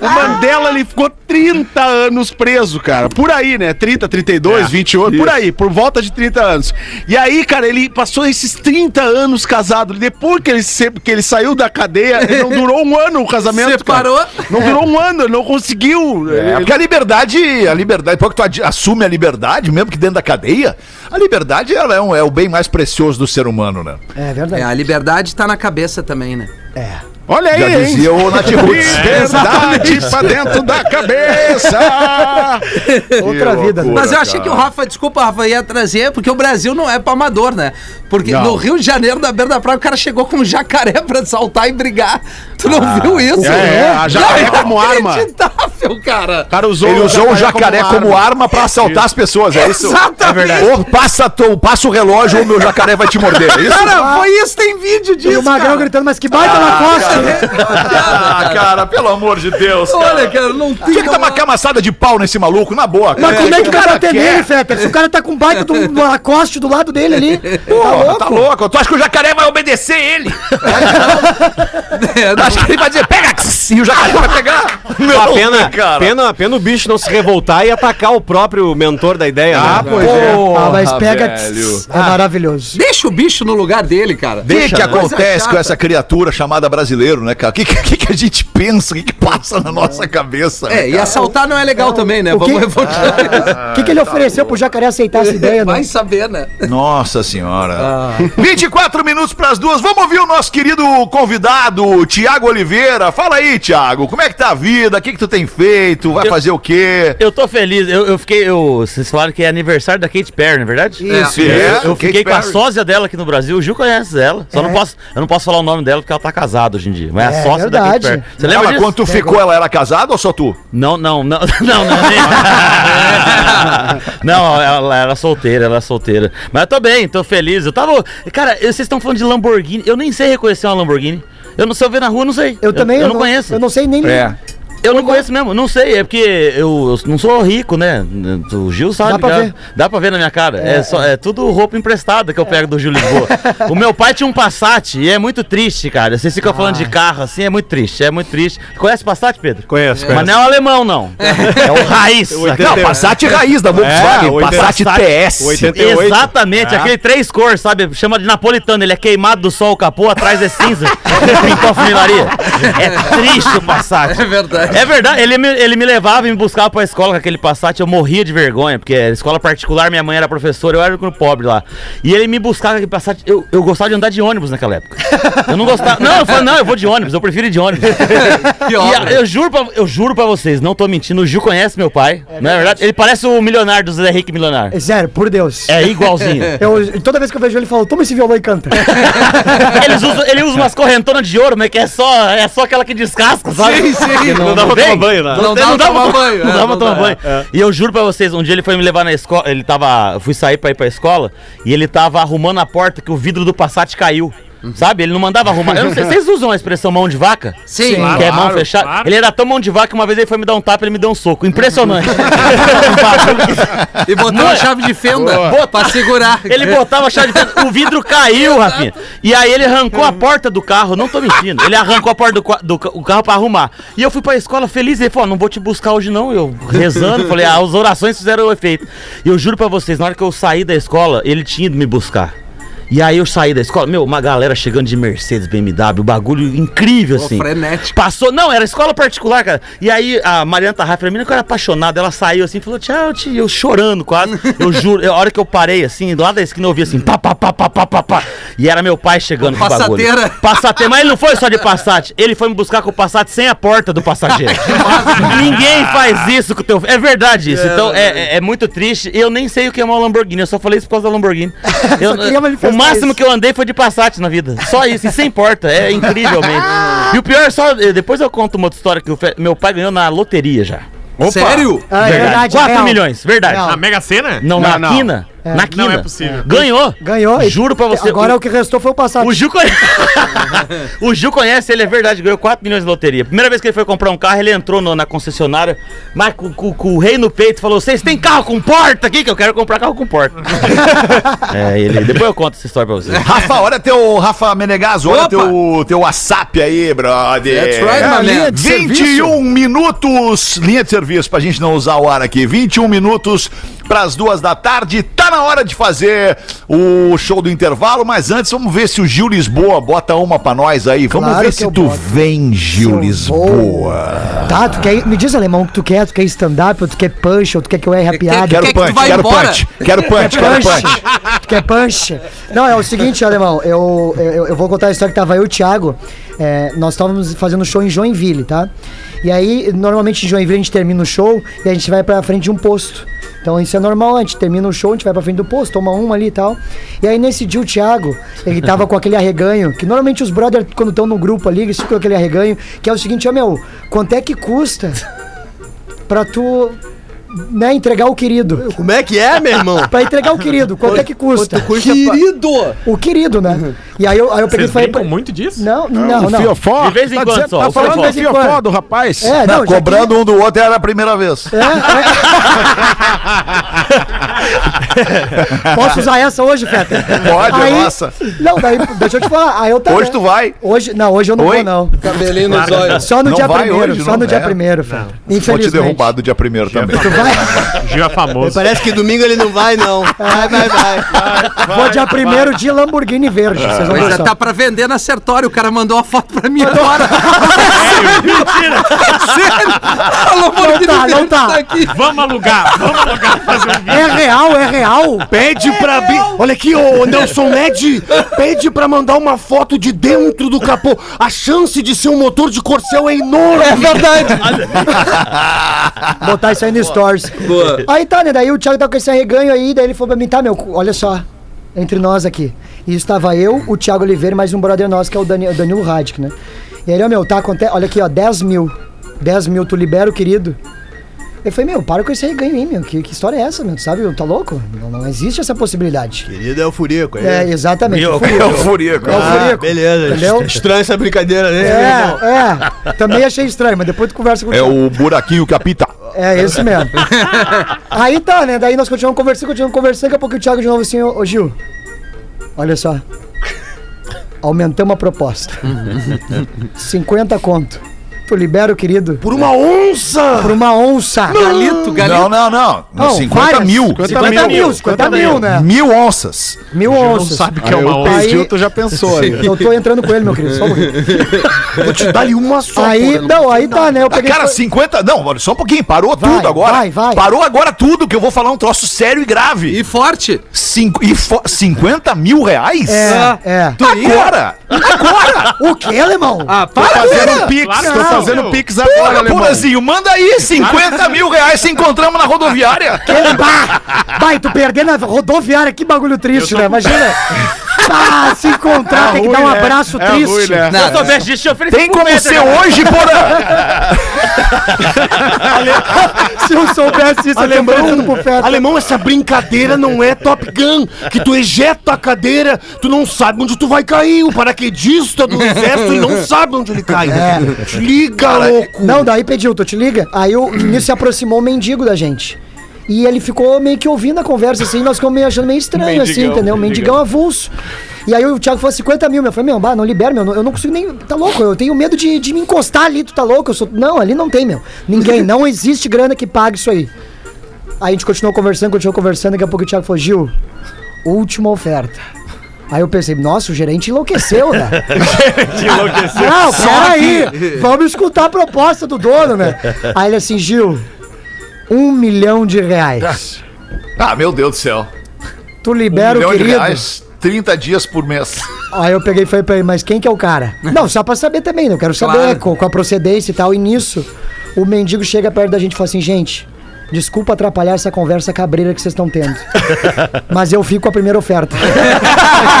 S10: O Mandela, ele ficou 30 anos preso, cara. Por aí, né? 30,
S4: É,
S10: 32, 28, por aí, por volta de 30 anos. E aí, cara, ele passou esses 30 anos casado. Depois que ele, se- que ele saiu da cadeia, ele não durou um ano o casamento.
S3: Separou.
S10: Cara. Não durou um ano, ele não conseguiu.
S4: É,
S10: Ele-
S4: porque a liberdade, a liberdade, depois que tu ad- assume a liberdade, mesmo que dentro da cadeia, a liberdade ela é, um- é o bem mais precioso do ser humano, né?
S7: É
S3: É,
S7: verdade. É.
S3: a liberdade tá na cabeça também, né?
S10: Olha aí,
S4: Já
S10: hein?
S4: dizia o Nath Roots.
S10: Verdade pra dentro da cabeça!
S7: Outra vida. né?
S3: Mas eu achei que o Rafa, desculpa, Rafa, ia trazer, porque o Brasil não é pra amador, né? Porque no Rio de Janeiro, na beira da praia, o cara chegou com um jacaré pra saltar e brigar. Tu não viu isso?
S10: é, é, a jacaré como arma.
S3: Inacreditável, cara.
S10: cara usou
S4: Ele usou o jacaré como arma pra assaltar as pessoas, é isso?
S3: Exatamente.
S4: Ou passa, to- passa o relógio ou o meu jacaré vai te morder, é isso?
S7: Ah.
S3: Cara, foi isso, tem vídeo
S7: E
S3: disso,
S7: o Magrão
S3: cara.
S7: gritando, mas que baita Lacoste!
S4: Ah, cara, pelo amor de Deus,
S3: Olha, cara, não tem
S4: Tinha que dar
S3: como-
S4: uma camaçada de pau nesse maluco, na boa.
S7: Mas como é que o cara
S4: tem
S7: tem nele, Fetter? Se o cara tá com um baita do, do Lacoste do lado dele ali. tá
S4: Porra,
S7: louco?
S4: tá louco? Tu acha que o jacaré vai obedecer ele?
S3: É,
S4: Tu acha que ele vai dizer, pega! E o jacaré vai pegar? Não,
S9: Ah, pena,
S4: cara.
S9: pena, pena o bicho não se revoltar e atacar o próprio mentor da ideia, né?
S4: pois
S7: Ah, mas pega. É maravilhoso.
S3: Deixa o bicho no lugar dele, cara.
S4: O que, que
S3: Coisa
S4: acontece
S3: chata.
S4: com essa criatura chamada brasileiro, né, cara? O que, que, que a gente pensa? O que, que passa na nossa cabeça? né,
S3: É, e
S4: cara?
S3: assaltar não é legal também, né?
S7: O que,
S3: Vamos evocar.
S7: o que, que ele ofereceu pro jacaré aceitar essa ideia, né?
S3: Vai saber, Ah. né?
S4: É, Nossa senhora. 24 minutos pras duas. Vamos ouvir o nosso querido convidado, Tiago Oliveira. Fala aí, Tiago. Como é que tá a vida? O que, que tu tem feito? Vai fazer o quê?
S6: Eu tô feliz, eu, eu fiquei. Eu, vocês falaram que é aniversário da Kate Perry, não é verdade?
S3: Isso. É.
S6: Eu,
S4: É,
S6: eu
S4: Kate
S6: fiquei com a
S4: Perry.
S6: sósia dela aqui no Brasil, o Ju conhece ela. Só não posso, eu não posso falar o nome dela porque ela tá casada hoje em dia. Mas é,
S7: É
S6: a sócia da Kate
S7: verdade.
S6: Perry. Você
S4: Ela,
S6: lembra disso?
S4: quando
S3: É
S4: tu ficou, ela era casada ou só tu?
S6: Não, não, não, não, não. nem- não, ela era solteira, ela era solteira. Mas eu tô bem, tô feliz. Eu tava. Cara, eu- vocês estão falando de Lamborghini. Eu nem sei reconhecer uma Lamborghini. Eu não sei eu ver na rua, eu não sei.
S7: Eu também
S6: Eu, não conheço.
S7: Eu não sei nem.
S6: Eu não conheço mesmo, não sei, é porque eu, eu não sou rico, né? O Gil sabe,
S7: Dá pra
S6: cara.
S7: ver.
S6: Dá pra ver na minha cara. É, só, é tudo roupa emprestada que eu pego do Gil Lisboa. o meu pai tinha um Passat e é muito triste, cara. Vocês ficam falando
S7: Ah.
S6: de carro assim, é muito triste, é muito triste. Conhece Passat, Pedro?
S10: Conheço,
S6: Mas não é o alemão, não. É o raiz.
S4: Não, Passat raiz da Volkswagen,
S10: oitenta-
S4: Passat TS.
S10: 88.
S6: Exatamente, aquele três cores, sabe? Chama de napolitano, ele é queimado do sol, o capô atrás é cinza. Pintou a funilaria. É triste o Passat.
S3: É verdade.
S6: É verdade, ele me, ele me levava e me buscava pra escola com aquele Passat, eu morria de vergonha, porque era escola particular, minha mãe era professora, eu era o único pobre lá. E ele me buscava com aquele Passat, eu, eu gostava de andar de ônibus naquela época. Eu não gostava, não, eu falei, não, eu vou de ônibus, eu prefiro ir de ônibus. E a- eu, juro pra, eu juro pra vocês, não tô mentindo, o Gil conhece meu pai, não é verdade? Ele parece o milionário do Zé Henrique Milionário.
S7: Sério, por Deus.
S6: É igualzinho.
S7: Eu, toda vez que eu vejo ele, eu falo, toma esse violão e canta.
S6: Eles usam- ele usa umas correntonas de ouro, mas que é só, é só aquela que descasca, sabe?
S4: Sim, sim.
S6: Não, dá pra tomar banho,
S4: né?
S6: Não,
S4: Não dá pra tomar banho,
S6: Não
S4: é,
S6: dá pra
S4: não
S6: tomar
S4: dá,
S6: banho. E eu juro pra vocês, um dia ele foi me levar na escola, ele tava, eu fui sair pra ir pra escola, e ele tava arrumando a porta que o vidro do Passat caiu. Sabe? Ele não mandava arrumar. Eu não sei, vocês usam a expressão mão de vaca? Sim, Que é mão fechada. Ele era tão mão de vaca que uma vez ele foi me dar um tapa, ele me deu um soco. Impressionante. é?
S3: E botou uma chave de fenda pra segurar.
S6: Ele botava a chave de fenda, o vidro caiu, Rafinha. E aí ele arrancou a porta do carro, não tô mentindo. Ele arrancou a porta do, qua- do ca- o carro pra arrumar. E eu fui pra escola feliz, ele falou, "Ó, não vou te buscar hoje não. Eu rezando, falei, ah, as orações fizeram o efeito. E eu juro pra vocês, na hora que eu saí da escola, ele tinha ido me buscar. E aí eu saí da escola, meu, uma galera chegando de Mercedes, BMW, bagulho incrível assim.
S3: frenético.
S6: Passou, não, era escola particular, cara. E aí a Mariana Tarrafa, a menina que eu era apaixonada, ela saiu assim, falou tchau, tio, eu chorando quase. Eu juro, eu- a hora que eu parei assim, lá da esquina eu ouvi assim, pá, pá, pá, pá, pá, pá, pá. E era meu pai chegando com o bagulho.
S3: Passateira.
S6: Passateira. Mas ele não foi só de Passat, ele foi me buscar com o Passat sem a porta do passageiro. Ninguém faz isso com o teu... É verdade isso, então é, é- é muito triste. Eu nem sei o que é uma Lamborghini, eu só falei isso por causa da Lamborghini. Eu-
S7: queria manifestar
S6: o máximo
S7: isso.
S6: que eu andei foi de Passat na vida. Só isso, e sem porta. É incrivelmente. e o pior é só. eh, Depois eu conto uma outra história que o Fe- meu pai ganhou na loteria já.
S3: Sério?
S7: Ah,
S6: 4
S7: real.
S6: milhões, verdade.
S7: Real.
S8: Na Mega Sena?
S6: Não, na
S5: não.
S6: quina. Na quina.
S8: Não é possível.
S6: Ganhou.
S7: Ganhou. e-
S6: Juro pra você.
S7: Agora
S6: o,
S7: o que restou foi o passado.
S6: o Gil conhece. o Gil conhece, ele é verdade, ganhou 4 milhões de loteria. Primeira vez que ele foi comprar um carro, ele entrou no- na concessionária, mas com, com- com o rei no peito, falou: Vocês têm carro com porta aqui? Que eu quero comprar carro com porta. é, ele. Depois eu conto essa história pra vocês.
S4: Rafa, olha teu. Rafa Menegas, olha teu, teu WhatsApp aí,
S7: É,
S4: brother.
S3: That's right,
S4: é,
S3: my man.
S4: 21 minutos, linha de serviço, pra gente não usar o ar aqui. 21 minutos pras duas da tarde. Tá na hora de fazer o show do intervalo, mas antes vamos ver se o Gil Lisboa bota uma pra nós aí. Vamos
S7: Claro
S4: ver
S7: que
S4: se
S7: eu
S4: tu
S7: boto.
S4: vem, Gil
S7: eu
S4: Lisboa.
S7: Tá, tu quer, me diz, alemão, o que tu quer? Tu quer stand-up, ou tu quer punch, ou tu quer que eu erre a piada?
S3: Quer
S4: Quero
S3: que tu
S4: punch,
S3: vá
S4: quero
S3: embora?
S4: punch, quero punch, quero punch.
S7: Tu quer é punch? Não, é o seguinte, alemão, eu, eu, eu vou contar a história que tava eu e o Thiago. é, nós estávamos fazendo show em Joinville, tá? E aí, normalmente em Joinville a gente termina o show e a gente vai pra frente de um posto. Então isso é normal, a gente termina o show, a gente vai pra frente do posto, toma uma ali e tal. E aí nesse dia o Thiago, ele tava com aquele arreganho, que normalmente os brothers, quando estão no grupo ali, eles ficam com aquele arreganho, que é o seguinte, ó meu, quanto é que custa pra tu, né, entregar o querido?
S9: Como é que é, meu irmão?
S7: Pra entregar o querido, quanto é que custa?
S9: Querido!
S7: O querido, né? E aí eu, aí eu peguei e
S8: Vocês
S7: falei.
S8: brincam
S7: pra-
S8: muito disso?
S7: Não, não,
S5: O
S7: não.
S4: é
S5: Fiofó?
S6: De vez em
S5: tá
S6: quando
S5: dizendo-
S6: só,
S5: Tá
S6: o
S5: falando
S7: Fiofó.
S5: do Fiofó do rapaz?
S7: É, não, já É,
S4: Cobrando um do outro era a primeira vez.
S7: que- é. Posso usar essa hoje, Feta?
S4: Pode,
S7: Aí-
S4: nossa.
S7: Não, daí, deixa eu te falar. Aí eu também.
S4: Hoje tu vai.
S7: Hoje, não, hoje eu não
S4: Oi?
S7: vou, não.
S9: Cabelinho nos olhos.
S7: Só no
S4: Não
S7: dia
S4: vai
S7: primeiro,
S4: hoje,
S7: só
S4: não.
S7: no dia
S4: É.
S7: primeiro, Feta.
S4: Vou
S7: Infelizmente.
S4: te derrubar do dia primeiro também.
S7: Tu vai?
S8: Gil é famoso.
S9: Parece que domingo ele não vai, não. Vai, vai, vai.
S7: vou dia primeiro de Lamborghini verde. Ah, Vocês vão
S3: Mas já
S7: ver.
S3: tá pra vender na Sertório. O cara mandou uma foto pra mim agora. Sério? Falou por que
S7: tá,
S3: ele
S7: não tá.
S3: aqui.
S8: Vamos alugar, vamos alugar pra fazer um vídeo.
S7: É real, é real.
S10: Pede pra. Bi... Olha aqui, ô Nelson Ned. Pede pra mandar uma foto de dentro do capô. A chance de ser um motor de corcel é enorme. É verdade.
S7: Botar isso aí no Stories. Aí tá, né? Daí o Thiago tava com esse arreganho aí, daí ele falou pra mim, tá, meu, olha só, entre nós aqui. E estava eu, o Thiago Oliveira e mais um brother nosso, que é o Dani- o Danilo Radic, né? E ele, ó, meu, tá, conte... olha aqui, ó, 10 mil. 10 mil, tu libera o querido. Eu falei, meu, para com esse arreganho aí, meu. Que, que história é essa, meu? Tu sabe, tá louco? Não, não existe essa possibilidade.
S9: Querido é o Furico,
S7: É, exatamente.
S6: Eu-
S7: Fui eu.
S4: Furico.
S7: É o
S9: Ah,
S7: Furico.
S9: beleza.
S7: Entendeu?
S9: Estranha essa brincadeira, né?
S7: É, é. Também achei estranho, mas depois tu conversa com o
S4: É
S7: Thiago.
S4: o buraquinho capita.
S7: É, esse mesmo. Aí tá, né? Daí nós continuamos conversando, continuamos conversando. Daqui a pouco o Thiago de novo assim, ô ô, Gil, olha só. Aumentamos a proposta. 50 conto. Tu libera o querido?
S10: Por uma onça!
S7: Por uma onça.
S4: Galito, galito. Não, não, não.
S7: Não,
S4: 50
S7: várias.
S4: mil.
S7: 50 mil, 50 mil, né?
S4: Mil onças.
S7: Mil onças.
S8: sabe o que é
S5: Aí
S8: uma
S5: o
S8: onça.
S7: Aí-
S5: Pedro tu já pensou ali.
S7: Eu tô entrando com ele, meu querido. Só um pouquinho.
S10: Vou te dar-lhe uma só.
S7: Aí,
S10: porra,
S7: não, aí tá, né? Eu
S4: Ah,
S7: peguei.
S4: cara, 50. Não, olha, só um pouquinho. Parou
S7: Vai,
S4: tudo agora.
S7: vai, vai.
S4: Parou agora tudo, que eu vou falar um troço sério e grave.
S3: E forte.
S4: Cinco, e fo- 50 mil reais? Ah,
S7: É, é.
S4: Agora! Agora!
S7: O que, alemão?
S3: Ah, para,
S5: Fazendo pix, tô fazendo pix agora,
S4: Porra,
S5: alemão.
S4: Porazinho, manda aí 50 mil reais se encontramos na rodoviária.
S7: Ele, bah, vai, tu perder na rodoviária, que bagulho triste, né? Imagina. Ah, se
S6: Tá
S7: encontrar, tem que
S6: né?
S7: dar um abraço
S5: É
S7: triste.
S5: ruim, né?
S6: Se eu soubesse disso, eu ofereci
S4: Tem
S6: pro
S4: como
S6: Pedro,
S4: ser
S6: né?
S4: hoje, Porã?
S7: Se eu soubesse isso, eu lembrando do profeta.
S10: Alemão, essa brincadeira não é Top Gun, que tu ejeta a cadeira, tu não sabe onde tu vai cair. O paraquedista do exército ele não sabe onde ele cai. Liga, louco!
S7: É. Não, daí pediu, tu te liga? Aí o nisso se aproximou um mendigo da gente. E ele ficou meio que ouvindo a conversa, assim, nós ficamos meio achando meio estranho, assim, entendeu? Mendigão avulso. E aí o Thiago falou 50 mil, meu. Eu falei, meu, bah, não libera, meu. Eu não consigo nem. Tá louco? Eu tenho medo de, de me encostar ali, tu tá louco? Eu sou. Não, ali não tem, meu. Ninguém, não existe grana que pague isso aí. Aí a gente continuou conversando, continuou conversando, daqui a pouco o Thiago falou, Gil, última oferta. Aí eu pensei, nossa, o gerente enlouqueceu, né? Não, peraí. Vamos escutar a proposta do dono, né? Aí ele assim, Gil, um milhão de reais.
S4: Ah, meu Deus do céu. Um
S7: Tu libera o querido.
S4: 30 dias por mês.
S7: Aí eu peguei e falei pra ele, mas quem que é o cara? Não, só pra saber também, né? Eu quero saber
S3: Claro.
S7: com, com a procedência e tal. E nisso, o mendigo chega perto da gente e fala assim, gente, desculpa atrapalhar essa conversa cabreira que vocês estão tendo. mas eu fico com a primeira oferta.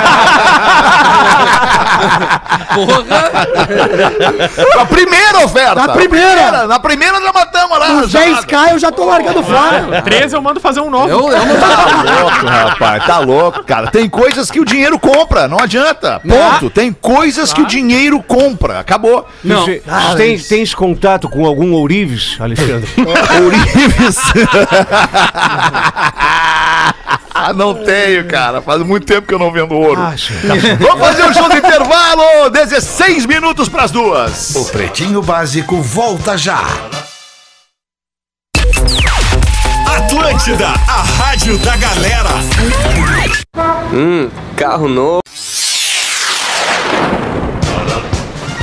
S4: Na primeira oferta.
S7: Na primeira.
S4: Na primeira já matamos lá.
S7: Com
S4: já- É,
S7: 10k eu já tô largando fora.
S8: 13 eu mando fazer um novo.
S3: Eu, eu não
S4: Tá louco, rapaz. Tá louco, cara. Tem coisas que o dinheiro compra, não adianta.
S3: Né?
S4: Ponto. Tem coisas que o dinheiro compra. Acabou.
S3: Não.
S10: Você- tem, tens contato com algum ourives, Alexandre?
S4: Ourives. Ah, não tenho, cara. Faz muito tempo que eu não vendo ouro.
S3: Ah, tá
S4: Vamos fazer um show de intervalo. 16 minutos pras duas.
S2: O Pretinho Básico volta já.
S11: Atlântida, a rádio da galera.
S9: Hum, Carro novo.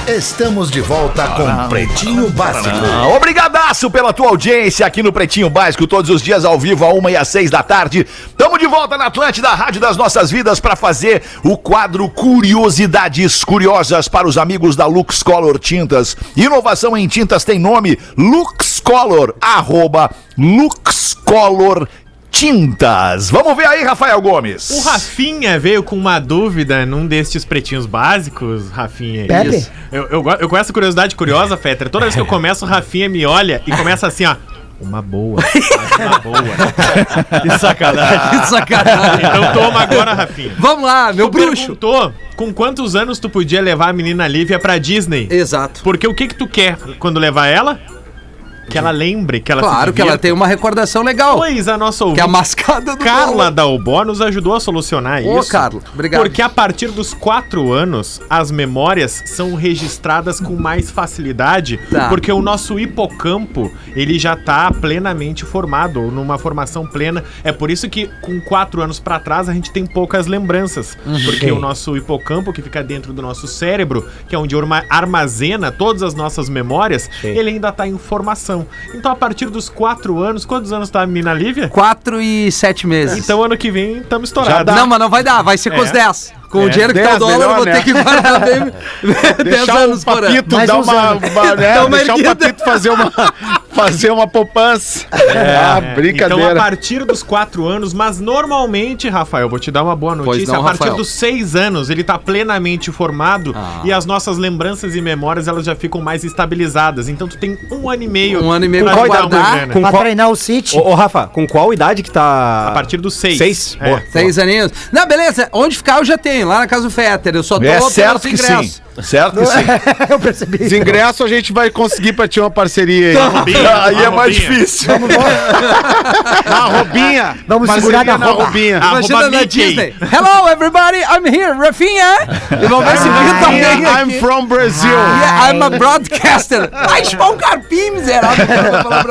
S2: Estamos de volta com Pretinho Básico.
S4: Ah, Obrigadaço pela tua audiência aqui no Pretinho Básico, todos os dias ao vivo, a uma e às seis da tarde. Tamo de volta na Atlântida, a Rádio das Nossas Vidas, para fazer o quadro Curiosidades Curiosas para os amigos da Lux Color Tintas. Inovação em tintas tem nome Lux Color, arroba Lux Color Tintas. Vamos ver aí, Rafael Gomes.
S8: O Rafinha veio com uma dúvida num destes pretinhos básicos, Rafinha.
S7: Pepe?
S8: Isso. Eu, eu, go- eu conheço curiosidade curiosa, Fetra. Toda vez que eu começo, o Rafinha me olha e começa assim, ó. Uma boa, mais uma boa.
S6: Que sacanagem.
S3: Que sacanagem.
S8: Então toma agora, Rafinha.
S3: Vamos lá, meu
S8: Tu
S3: bruxo.
S8: perguntou com quantos anos tu podia levar a menina Lívia pra Disney.
S3: Exato.
S8: Porque o que que tu quer quando levar ela? Que ela lembre, que ela
S3: Claro que ela tem uma recordação legal.
S8: Pois a nossa
S3: Que é a
S8: ouvinte
S3: mascada do
S8: Carla Dalbó nos ajudou a solucionar
S3: Ô,
S8: isso.
S3: Carla, obrigado.
S8: Porque a partir dos 4 anos, as memórias são registradas com mais facilidade,
S3: Tá.
S8: porque o nosso hipocampo, ele já tá plenamente formado, ou numa formação plena. É por isso que com 4 anos pra trás a gente tem poucas lembranças,
S3: Uhum.
S8: porque o nosso hipocampo que fica dentro do nosso cérebro, que é onde orma- armazena todas as nossas memórias, ele ainda tá em formação. Então a partir dos 4 anos, quantos anos tá a menina Lívia?
S3: 4 e 7 meses.
S8: Então ano que vem estamos estourados.
S3: Não, mas não vai dar, vai ser com os
S8: É.
S3: 10. Com o
S8: É.
S3: dinheiro que tá o
S5: 10
S3: dólar, eu
S5: melhor,
S3: vou
S5: né?
S3: ter que guardar bem 10
S5: Deixar
S3: anos
S5: o
S3: por ano.
S5: papito,
S7: Mais
S5: dar
S7: uns
S5: uma,
S7: anos.
S5: uma- né,
S3: Dá uma
S5: deixar o
S3: erguida.
S5: papito fazer uma, fazer uma poupança. É, ah,
S8: Então, a
S5: brincadeira.
S8: partir dos 4 anos, mas normalmente, Rafael, vou te dar uma boa notícia.
S3: não,
S8: a partir
S3: Rafael. Ah.
S8: dos 6 anos, ele tá plenamente formado e as nossas lembranças e memórias elas já ficam mais estabilizadas. Então, tu tem um ano e meio.
S3: Um ano e meio
S8: pra
S3: pra
S8: te dar uma
S3: guardar.
S8: grana.
S7: Pra treinar o City.
S9: Ô, ô, Rafa, com qual idade que tá.
S8: A partir dos 6.
S9: Seis?
S8: É.
S9: Boa.
S3: Seis aninhos. Não, beleza. Onde ficar eu já tenho, lá na casa do Fetter. Eu só tô
S4: É
S3: pelos
S4: certo que sim. Certo que sim.
S3: é?
S7: Eu percebi.
S5: Esse ingresso a gente vai conseguir pra ti uma parceria aí.
S3: Tá.
S4: Aí é mais difícil.
S5: Na roubinha.
S7: Vamos
S5: Parceria
S7: segurar na roupa.
S5: roubinha.
S3: Imagina na Disney. Hello, everybody, I'm here, Rafinha. E vamos ver
S7: Ah,
S3: se grita alguém
S5: Roubinha,
S3: aqui. Ah,
S5: I'm from Brazil.
S3: Yeah, I'm a broadcaster. Vai chupar um carpim, miserável. pra falar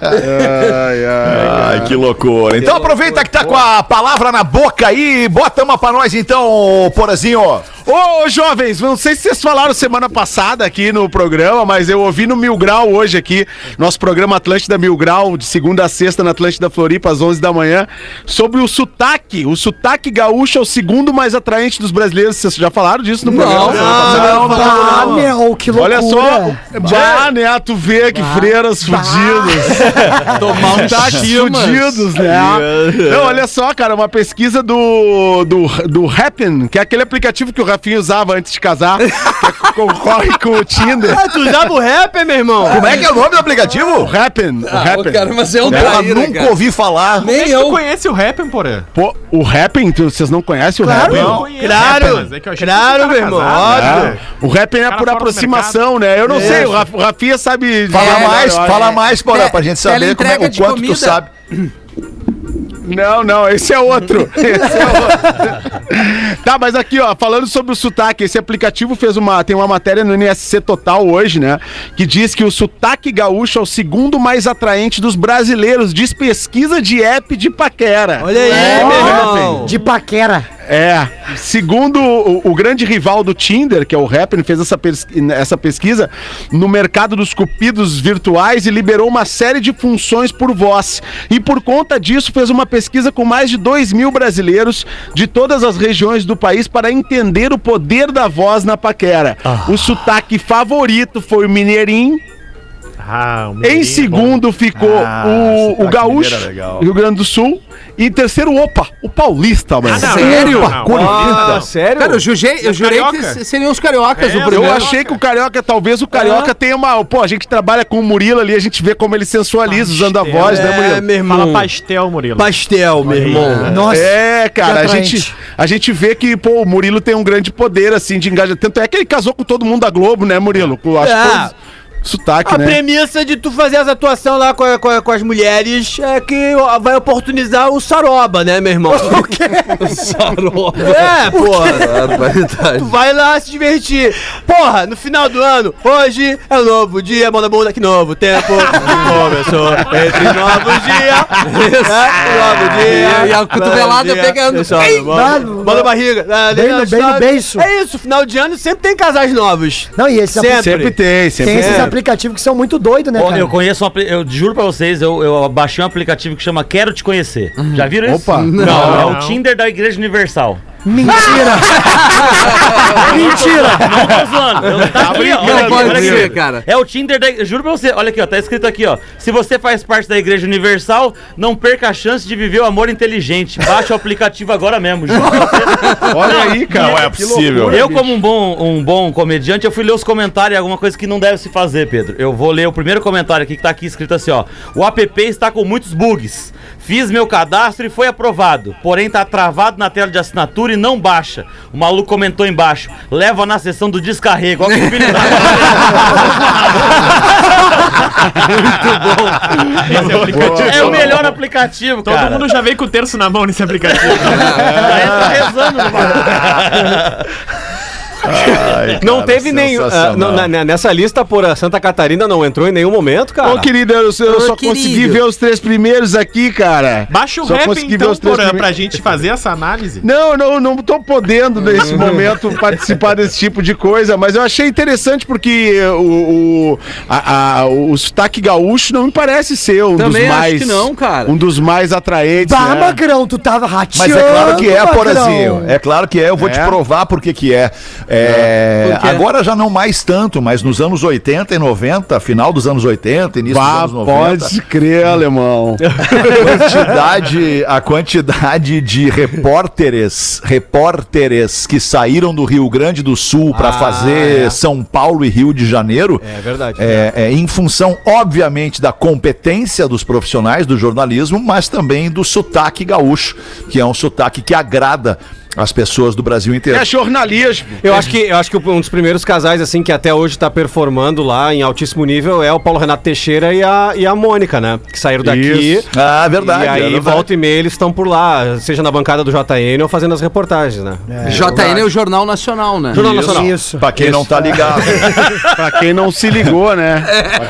S3: pra mim.
S5: Ai, ai.
S4: Ai, que loucura. Então aproveita que tá com a palavra na boca aí, bota uma pra nós então, Porazinho.
S5: Ô, jovens, não sei se vocês falaram semana passada aqui no programa, mas eu ouvi no Mil Grau hoje aqui, nosso programa Atlântida Mil Grau, de segunda a sexta na Atlântida Floripa, às 11 da manhã, sobre o sotaque. O sotaque gaúcho é o segundo mais atraente dos brasileiros. Vocês já falaram disso no programa? semana passada?
S7: Não, ah, meu, que loucura.
S5: Olha só, bah, né? Tu vê que freiras fudidas. Tomar um táxi fudidos, né? Não, olha só, cara, uma pesquisa do, do, do Happn, que é aquele aplicativo que o Rafinha usava antes de casar, que é concorre com o Tinder.
S9: Ah, tu usava o rap, meu irmão?
S4: Como é que é o nome do aplicativo?
S5: O Happn, o
S3: Ah, ô,
S5: Happn.
S3: cara, mas é um
S4: Ela
S3: traíra,
S4: nunca
S3: cara.
S4: ouvi falar.
S8: É
S3: Nem
S8: que tu
S3: eu.
S8: conhece o rap, porém?
S5: Pô, o Happn, tu- vocês não conhecem o Happn?
S8: Não, conheço,
S9: claro,
S8: né, mas é que eu achei que
S9: claro,
S8: você tava
S9: meu irmão,
S8: casado. né?
S5: Ah, o Rappen é
S8: Cara
S5: por
S8: fora do
S5: aproximação, né? Eu não sei, o Raf- o Rafinha sabe.
S4: Fala
S5: É,
S4: mais,
S5: olha,
S4: fala mais, Porã, pra gente saber como é,
S3: teleentrega
S4: o
S3: de
S4: quanto
S3: comida.
S4: tu sabe.
S5: Não, não, esse é outro. Esse é outro. tá, mas aqui, ó, falando sobre o sotaque, esse aplicativo fez uma. Tem uma matéria no NSC Total hoje, né? Que diz que o sotaque gaúcho é o segundo mais atraente dos brasileiros, diz pesquisa de app de paquera.
S9: Olha aí, meu irmão.
S7: De paquera.
S5: É, segundo o, o grande rival do Tinder, que é o Rappin, fez essa, pes- essa pesquisa no mercado dos cupidos virtuais e liberou uma série de funções por voz. E por conta disso, fez uma pesquisa com mais de 2 mil brasileiros de todas as regiões do país para entender o poder da voz na paquera. O sotaque favorito foi o Mineirinho,
S8: Ah, o
S5: em
S8: Mineirinho é
S5: segundo ficou
S4: Ah,
S5: o, o
S4: sotaque
S5: Gaúcho,
S4: mineiro é legal.
S5: Rio Grande do Sul. E em terceiro, opa, o Paulista, mano.
S8: Ah, não,
S3: Sério?
S8: não,
S5: Ah,
S8: não.
S9: Ah, sério?
S3: Cara, eu, jurei, eu
S8: Os
S3: jurei que
S8: carioca?
S3: se- seriam os cariocas
S8: É,
S3: o
S8: eu
S5: Eu
S3: primeiro.
S5: achei que o Carioca, talvez o Carioca tenha uma. Pô, a gente trabalha com o Murilo ali, a gente vê como ele sensualiza usando a voz, né,
S9: É,
S5: Murilo?
S9: meu irmão.
S8: Fala pastel, Murilo.
S9: pastel, meu irmão.
S7: Nossa.
S5: É, cara, a
S7: que
S5: gente, a gente vê que, pô, o Murilo tem um grande poder, assim, de engajamento. Tanto é que ele casou com todo mundo da Globo, né, Murilo? Com, acho
S9: É.
S5: que todos, sotaque,
S3: Ah,
S9: A
S5: né?
S9: premissa de tu fazer as atuações lá com, a- com a- com as mulheres é que ó, vai oportunizar o saroba, né, meu irmão? O quê? saroba. É, porra. tu vai lá se divertir. Porra, no final do ano, hoje é um novo dia, moda boa daqui novo tempo. Começou entre novos dias. É, novo dia.
S3: E a cotovelada
S9: novo dia.
S3: pegando.
S9: Pessoal,
S3: Ei,
S9: Bola
S7: mano.
S9: bola barriga. Ah,
S7: Bem no- bem no beiço.
S9: É isso, final de ano sempre tem casais novos.
S7: Não, e esses
S9: Sempre.
S7: apli-
S5: Sempre tem, sempre
S7: tem esses
S5: tem.
S7: aplicativos que são muito doidos, né,
S6: Ó,
S7: cara?
S6: Eu conheço um apli- eu juro pra vocês, eu, eu baixei um aplicativo que chama Quero Te Conhecer.
S7: Uhum.
S6: Já viram isso?
S5: Opa.
S6: Não, é o
S8: Não.
S6: Tinder da Igreja Universal.
S7: Mentira! Mentira!
S6: Não tô zoando. Eu, tá aqui, ó,
S3: Não
S6: olha aqui,
S3: pode
S6: olha aqui.
S3: ser, cara.
S6: É o Tinder da. eu Juro pra você, olha aqui, ó. Tá escrito aqui, ó. Se você faz parte da Igreja Universal, não perca a chance de viver o amor inteligente. Baixa o aplicativo agora mesmo. Juro pra você.
S5: Olha aí, cara.
S4: Não é
S5: que
S4: possível.
S5: loucura,
S6: Eu,
S5: bicho.
S6: como um bom, um bom comediante, eu fui ler os comentários, alguma coisa que não deve se fazer, Pedro. Eu vou ler o primeiro comentário aqui que tá aqui escrito assim, ó. O app está com muitos bugs. Fiz meu cadastro e foi aprovado. Porém, tá travado na tela de assinatura e não baixa. O maluco comentou embaixo. Leva na sessão do descarrego. Olha que filho
S8: Esse aplicativo.
S6: É o melhor aplicativo,
S8: Todo
S6: cara.
S8: mundo já veio com o terço na mão nesse aplicativo. Ah.
S6: já entra rezando no
S9: Não teve nenhum. ah, não, na- na- nessa lista, por a Santa Catarina não entrou em nenhum momento, cara.
S5: Ô, querido, eu, eu
S3: Ô,
S5: só
S3: querido.
S5: consegui ver os três primeiros aqui, cara.
S8: Baixa o
S5: Só
S8: rap
S5: consegui ver
S8: então,
S5: os três
S8: Porã,
S5: primeiros.
S8: pra gente fazer essa análise.
S5: Não, não, não tô podendo nesse momento participar desse tipo de coisa, mas eu achei interessante porque o, o, a- a- o sotaque gaúcho não me parece ser um
S3: Também
S5: dos
S3: acho
S5: mais.
S3: que não, cara.
S5: Um dos mais atraentes.
S7: Bah,
S5: né?
S7: Magrão, tu tava rateando,
S4: Mas é claro que é,
S7: Magrão.
S4: Porazinho. É claro que é, eu vou te
S5: É?
S4: provar por que que é. É,
S3: Por quê?
S4: Agora já não mais tanto, mas nos anos 80 e 90, final dos anos 80, início
S5: Bah,
S4: dos anos 90,
S5: pode crer, alemão.
S4: quantidade, a quantidade de repórteres, repórteres que saíram do Rio Grande do Sul para fazer São Paulo e Rio de Janeiro. É
S9: verdade.
S4: É, é, em função, obviamente, da competência dos profissionais do jornalismo, mas também do sotaque gaúcho, que é um sotaque que agrada as pessoas do Brasil inteiro.
S5: É jornalismo.
S9: Eu acho que eu acho que um dos primeiros casais assim que até hoje tá performando lá em altíssimo nível é o Paulo Renato Teixeira e a, e a Mônica, né? Que saíram daqui.
S5: Isso.
S4: Ah, verdade.
S9: e aí
S4: é verdade.
S9: volta e meia eles estão por lá, seja na bancada do JN ou fazendo as reportagens, né?
S12: JN é o Jornal Nacional, né?
S9: Jornal Nacional.
S7: Isso.
S4: Pra quem não tá ligado.
S5: pra quem não se ligou, né?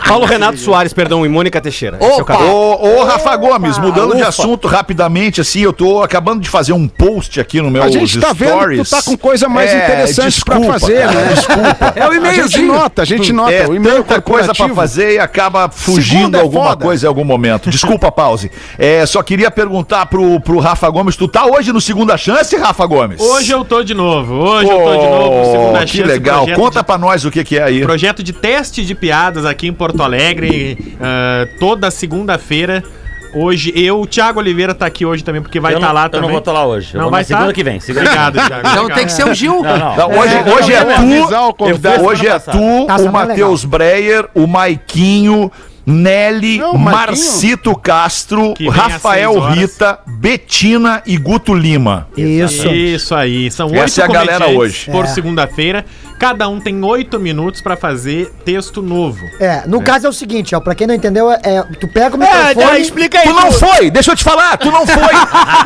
S9: Paulo Renato Soares, perdão, e Mônica Teixeira. Esse é o
S12: É. Opa!
S9: casal.
S4: Ô, ô, Rafa Gomes, mudando de assunto rapidamente, assim, eu tô acabando de fazer um post aqui no meu É,
S5: A gente tá vendo que tu tá com coisa mais interessante pra fazer, né? Desculpa.
S12: É o
S5: A gente
S12: e-mailzinho.
S5: nota, a gente nota.
S4: É,
S5: o e-mail
S4: tanta coisa pra
S5: corporativo.
S4: fazer e acaba fugindo
S5: Segunda é
S4: alguma
S5: foda.
S4: coisa em algum momento. Desculpa, pause. É, só queria perguntar pro, pro Rafa Gomes, tu tá hoje no Segunda Chance, Rafa Gomes?
S8: Hoje eu tô de novo, hoje eu tô de novo, segunda
S4: Oh,
S8: chance.
S4: Que legal.
S8: projeto
S4: Conta pra nós o que que é aí.
S8: Projeto de teste de piadas aqui em Porto Alegre, ah, toda segunda-feira. Hoje eu, o Thiago Oliveira tá aqui hoje também, porque vai
S6: eu
S8: estar
S6: não,
S8: lá
S6: eu
S8: também.
S6: não vou estar lá hoje.
S8: Não
S6: Não,
S8: vai
S6: vai segunda
S8: tá?
S6: que vem. Segunda que
S8: Obrigado, Thiago.
S12: Então
S8: obrigado.
S12: tem que ser o Gil.
S6: vem. Não,
S4: Não,
S6: não.
S4: hoje, hoje é
S5: avisar o
S4: tu,
S5: convidado
S4: hoje é
S6: passada.
S4: tu,
S7: Tá,
S4: o
S7: semana
S4: Matheus Breyer, o Maiquinho, Nelly,
S5: Não, Maiquinho.
S4: Marcito Castro,
S8: Que vem às
S4: Rafael
S8: seis horas.
S4: Rita, Betina e Guto Lima.
S7: Isso.
S8: Isso aí, são oito
S4: Essa é a galera
S8: comediantes
S4: hoje.
S8: por
S7: É.
S8: segunda-feira. Cada um tem oito minutos pra fazer texto novo.
S7: É, no caso é o seguinte, ó, pra quem não entendeu, é, é, tu pega o
S9: É,
S7: microfone...
S9: dá- explica aí.
S4: Tu não foi, deixa eu te falar, tu não foi.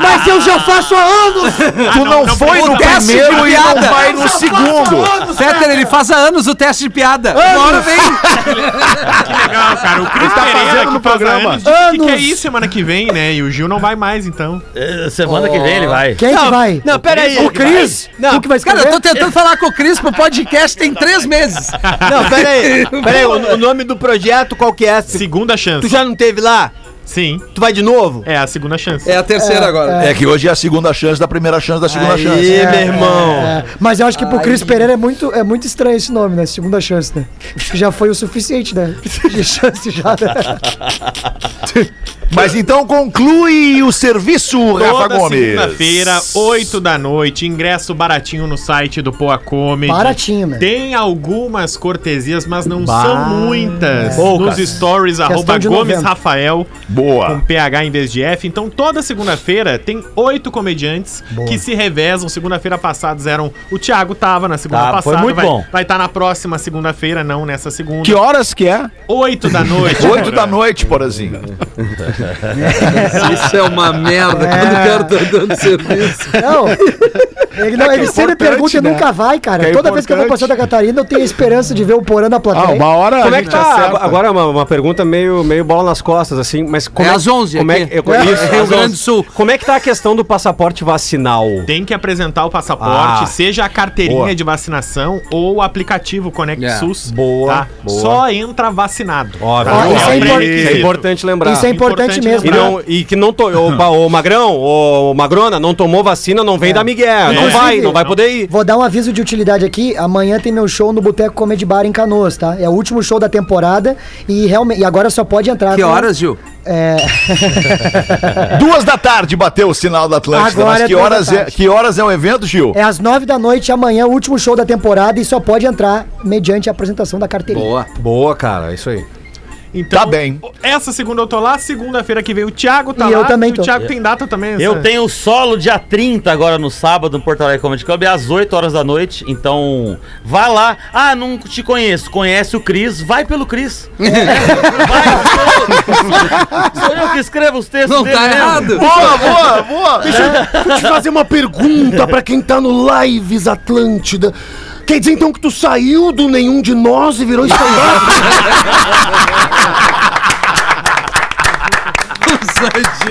S7: Mas eu já faço há anos!
S4: Tu não, foi no
S12: teste de
S4: primeiro e não
S12: piada.
S4: vai no segundo.
S12: Fetter, ele faz há anos o teste de piada. Agora vem.
S8: Legal, cara. O Cris tá
S5: fazendo no programa.
S8: O que, é isso semana que vem, né? E o Gil não vai mais, então.
S6: É, Semana que vem ele vai.
S7: Quem é que vai?
S9: Não, peraí.
S7: O Cris?
S9: Não,
S7: Tu que vai
S12: Cara,
S7: escrever?
S12: eu tô tentando falar com o Cris pro podcast tem três meses.
S9: Não, peraí. Peraí, o, o nome do projeto qual que é?
S8: Segunda chance.
S9: Tu já não teve lá?
S8: Sim,
S9: Tu vai de novo?
S8: é a segunda chance.
S12: É a terceira agora.
S4: É que hoje é a segunda chance da primeira chance da segunda chance.
S9: Ih, meu irmão.
S7: É, mas eu acho que pro Cris Pereira é muito, é muito estranho esse nome, né? Segunda chance, né? Acho que já foi o suficiente, né? De chance já, né?
S4: Mas então conclui o serviço, Rafa
S8: Toda
S4: Gomes.
S8: segunda-feira, 8 da noite, ingresso baratinho no site do Poa Comedy.
S7: Baratinho, né?
S8: Tem algumas cortesias, mas não são muitas. Nos stories, arroba
S7: de
S8: Gomes
S7: novembro.
S8: Rafael, com
S4: Boa.
S8: PH em vez de F. Então, toda segunda-feira tem oito comediantes que se revezam. Segunda-feira passada eram... O Thiago tava na segunda
S6: Tá, foi
S8: passada.
S6: muito
S8: vai,
S6: bom.
S8: Vai estar na próxima segunda-feira, não nessa segunda.
S5: Que horas que é?
S8: Oito da noite.
S4: Oito da
S8: Porã.
S4: noite, porazinho.
S12: Isso é uma merda. Quando o cara tá dando serviço.
S7: Não. Ele, não,
S5: É que
S7: ele
S5: é
S7: sempre
S5: importante,
S7: pergunta e
S5: né?
S7: nunca vai, cara.
S5: Que é
S7: Toda vez que eu vou pra
S5: importante.
S7: Santa Catarina, eu tenho a esperança de ver o Porã na plateia.
S5: Ah, uma hora
S9: Como
S5: a
S9: é que
S5: gente
S9: tá?
S5: acerta.
S9: Agora uma, uma pergunta meio, meio bola nas costas, assim, mas como
S12: É
S9: que-
S12: às 11
S9: como é,
S12: aqui.
S9: que- eu,
S12: É,
S9: isso,
S12: Rio
S9: Rio
S12: Grande
S9: Grande
S12: do Sul.
S9: Como é que tá a questão do passaporte vacinal?
S8: Tem que apresentar o passaporte,
S9: Ah.
S8: seja a carteirinha
S4: Boa.
S8: de vacinação ou o aplicativo Conect
S12: Yeah.
S8: SUS.
S9: É, Boa,
S8: tá?
S9: boa.
S8: Só entra vacinado. Tá?
S9: Óbvio.
S7: Ó, isso é impor-
S9: É importante lembrar.
S7: Isso é importante,
S8: Importante
S7: mesmo. né?
S9: E, não, e que não to... ô, ba- ô, Magrão, ô Magrona, não tomou vacina, não vem da Miguel. Não
S8: É.
S9: vai,
S7: Inclusive,
S9: não vai
S8: não.
S9: poder ir.
S7: Vou dar um aviso de utilidade aqui. Amanhã tem meu show no Boteco Comedy Bar em Canoas, tá? É o último show da temporada e realmente e agora só pode entrar.
S12: Que
S7: com-
S12: horas, Gil?
S7: É.
S4: Duas da tarde bateu o sinal da Atlântida.
S7: Agora
S4: mas
S7: é
S4: que
S7: duas da
S4: horas, é,
S7: tarde.
S4: que horas é o evento, Gil?
S7: É às nove da noite amanhã, o último show da temporada e só pode entrar mediante a apresentação da carteirinha.
S12: Boa.
S9: Boa, cara, isso aí.
S8: Então,
S4: é Tá bem.
S8: Essa segunda eu tô lá, segunda-feira que vem o Thiago tá
S7: E
S8: lá.
S7: eu também
S8: O
S7: tô.
S8: Thiago tem data também.
S6: Eu
S4: é.
S8: essa-
S6: tenho solo dia 30 agora no sábado no Porto Alegre Comedy Club, é às 8 horas da noite. Então, vai lá. Ah, não te conheço. Conhece o Cris, vai pelo Cris. vai. Sou eu- Sou eu que escrevo os textos
S12: Não
S6: dele
S12: tá
S6: mesmo. É.
S12: errado.
S4: Boa, boa, boa.
S10: Vou te fazer uma pergunta pra quem tá no Lives Atlântida. Quer dizer então que tu saiu do nenhum de nós e virou estagiário?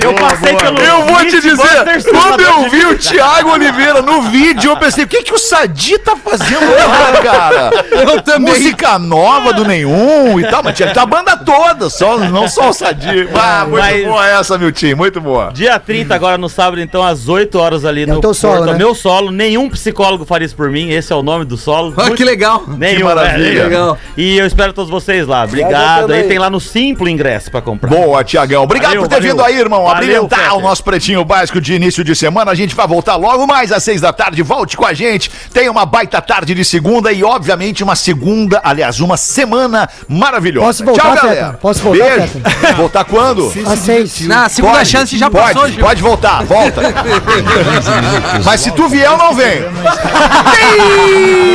S6: Eu passei pelo
S4: Eu vou te
S6: Mitch
S4: dizer,
S6: Busters,
S4: quando eu
S6: salvador de
S4: vi o Thiago Oliveira no vídeo, eu pensei, o que, que o Sadi tá fazendo lá, cara? Eu também. Música nova do nenhum e tal, mas tinha que ter a banda toda, só, não só o Sadi. Ah, muito
S6: Mas-
S4: boa essa, Miltinho, muito boa. Uhum.
S6: Dia 30 agora no sábado, então, às 8 horas ali
S7: o
S6: no
S7: teu solo, né?
S6: Meu solo, nenhum psicólogo faria isso por mim, esse é o nome do solo.
S12: Olha que legal.
S6: Nenhum,
S4: Ah, Que maravilha.
S6: é,
S12: Legal.
S6: E eu espero todos vocês lá. Obrigado. Aí tem lá no Simplo ingresso pra comprar.
S4: Boa, Tiagão. Obrigado
S6: Valeu,
S4: por ter
S6: valeu.
S4: vindo, aí, irmão.
S6: Valeu,
S4: Abrilhantar
S6: Fetter.
S4: o nosso pretinho básico de início de semana. A gente vai voltar logo mais às seis da tarde. Volte com a gente. Tenha uma baita tarde de segunda e, obviamente, uma segunda, aliás, uma semana maravilhosa.
S7: Posso voltar,
S4: Tchau,
S7: Fetter?
S4: galera.
S7: Posso voltar,
S4: Beijo. Voltar quando?
S7: Às seis.
S3: Na segunda chance já
S4: pode,
S3: passou, Gil.
S4: Pode voltar, volta. Mas se tu vier, eu não venho.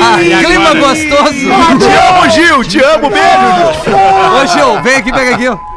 S3: Ah, clima gostoso.
S4: Te amo, Gil. Te amo. Beijo, Gil.
S3: Ô, Gil, vem aqui, pega aqui. ó.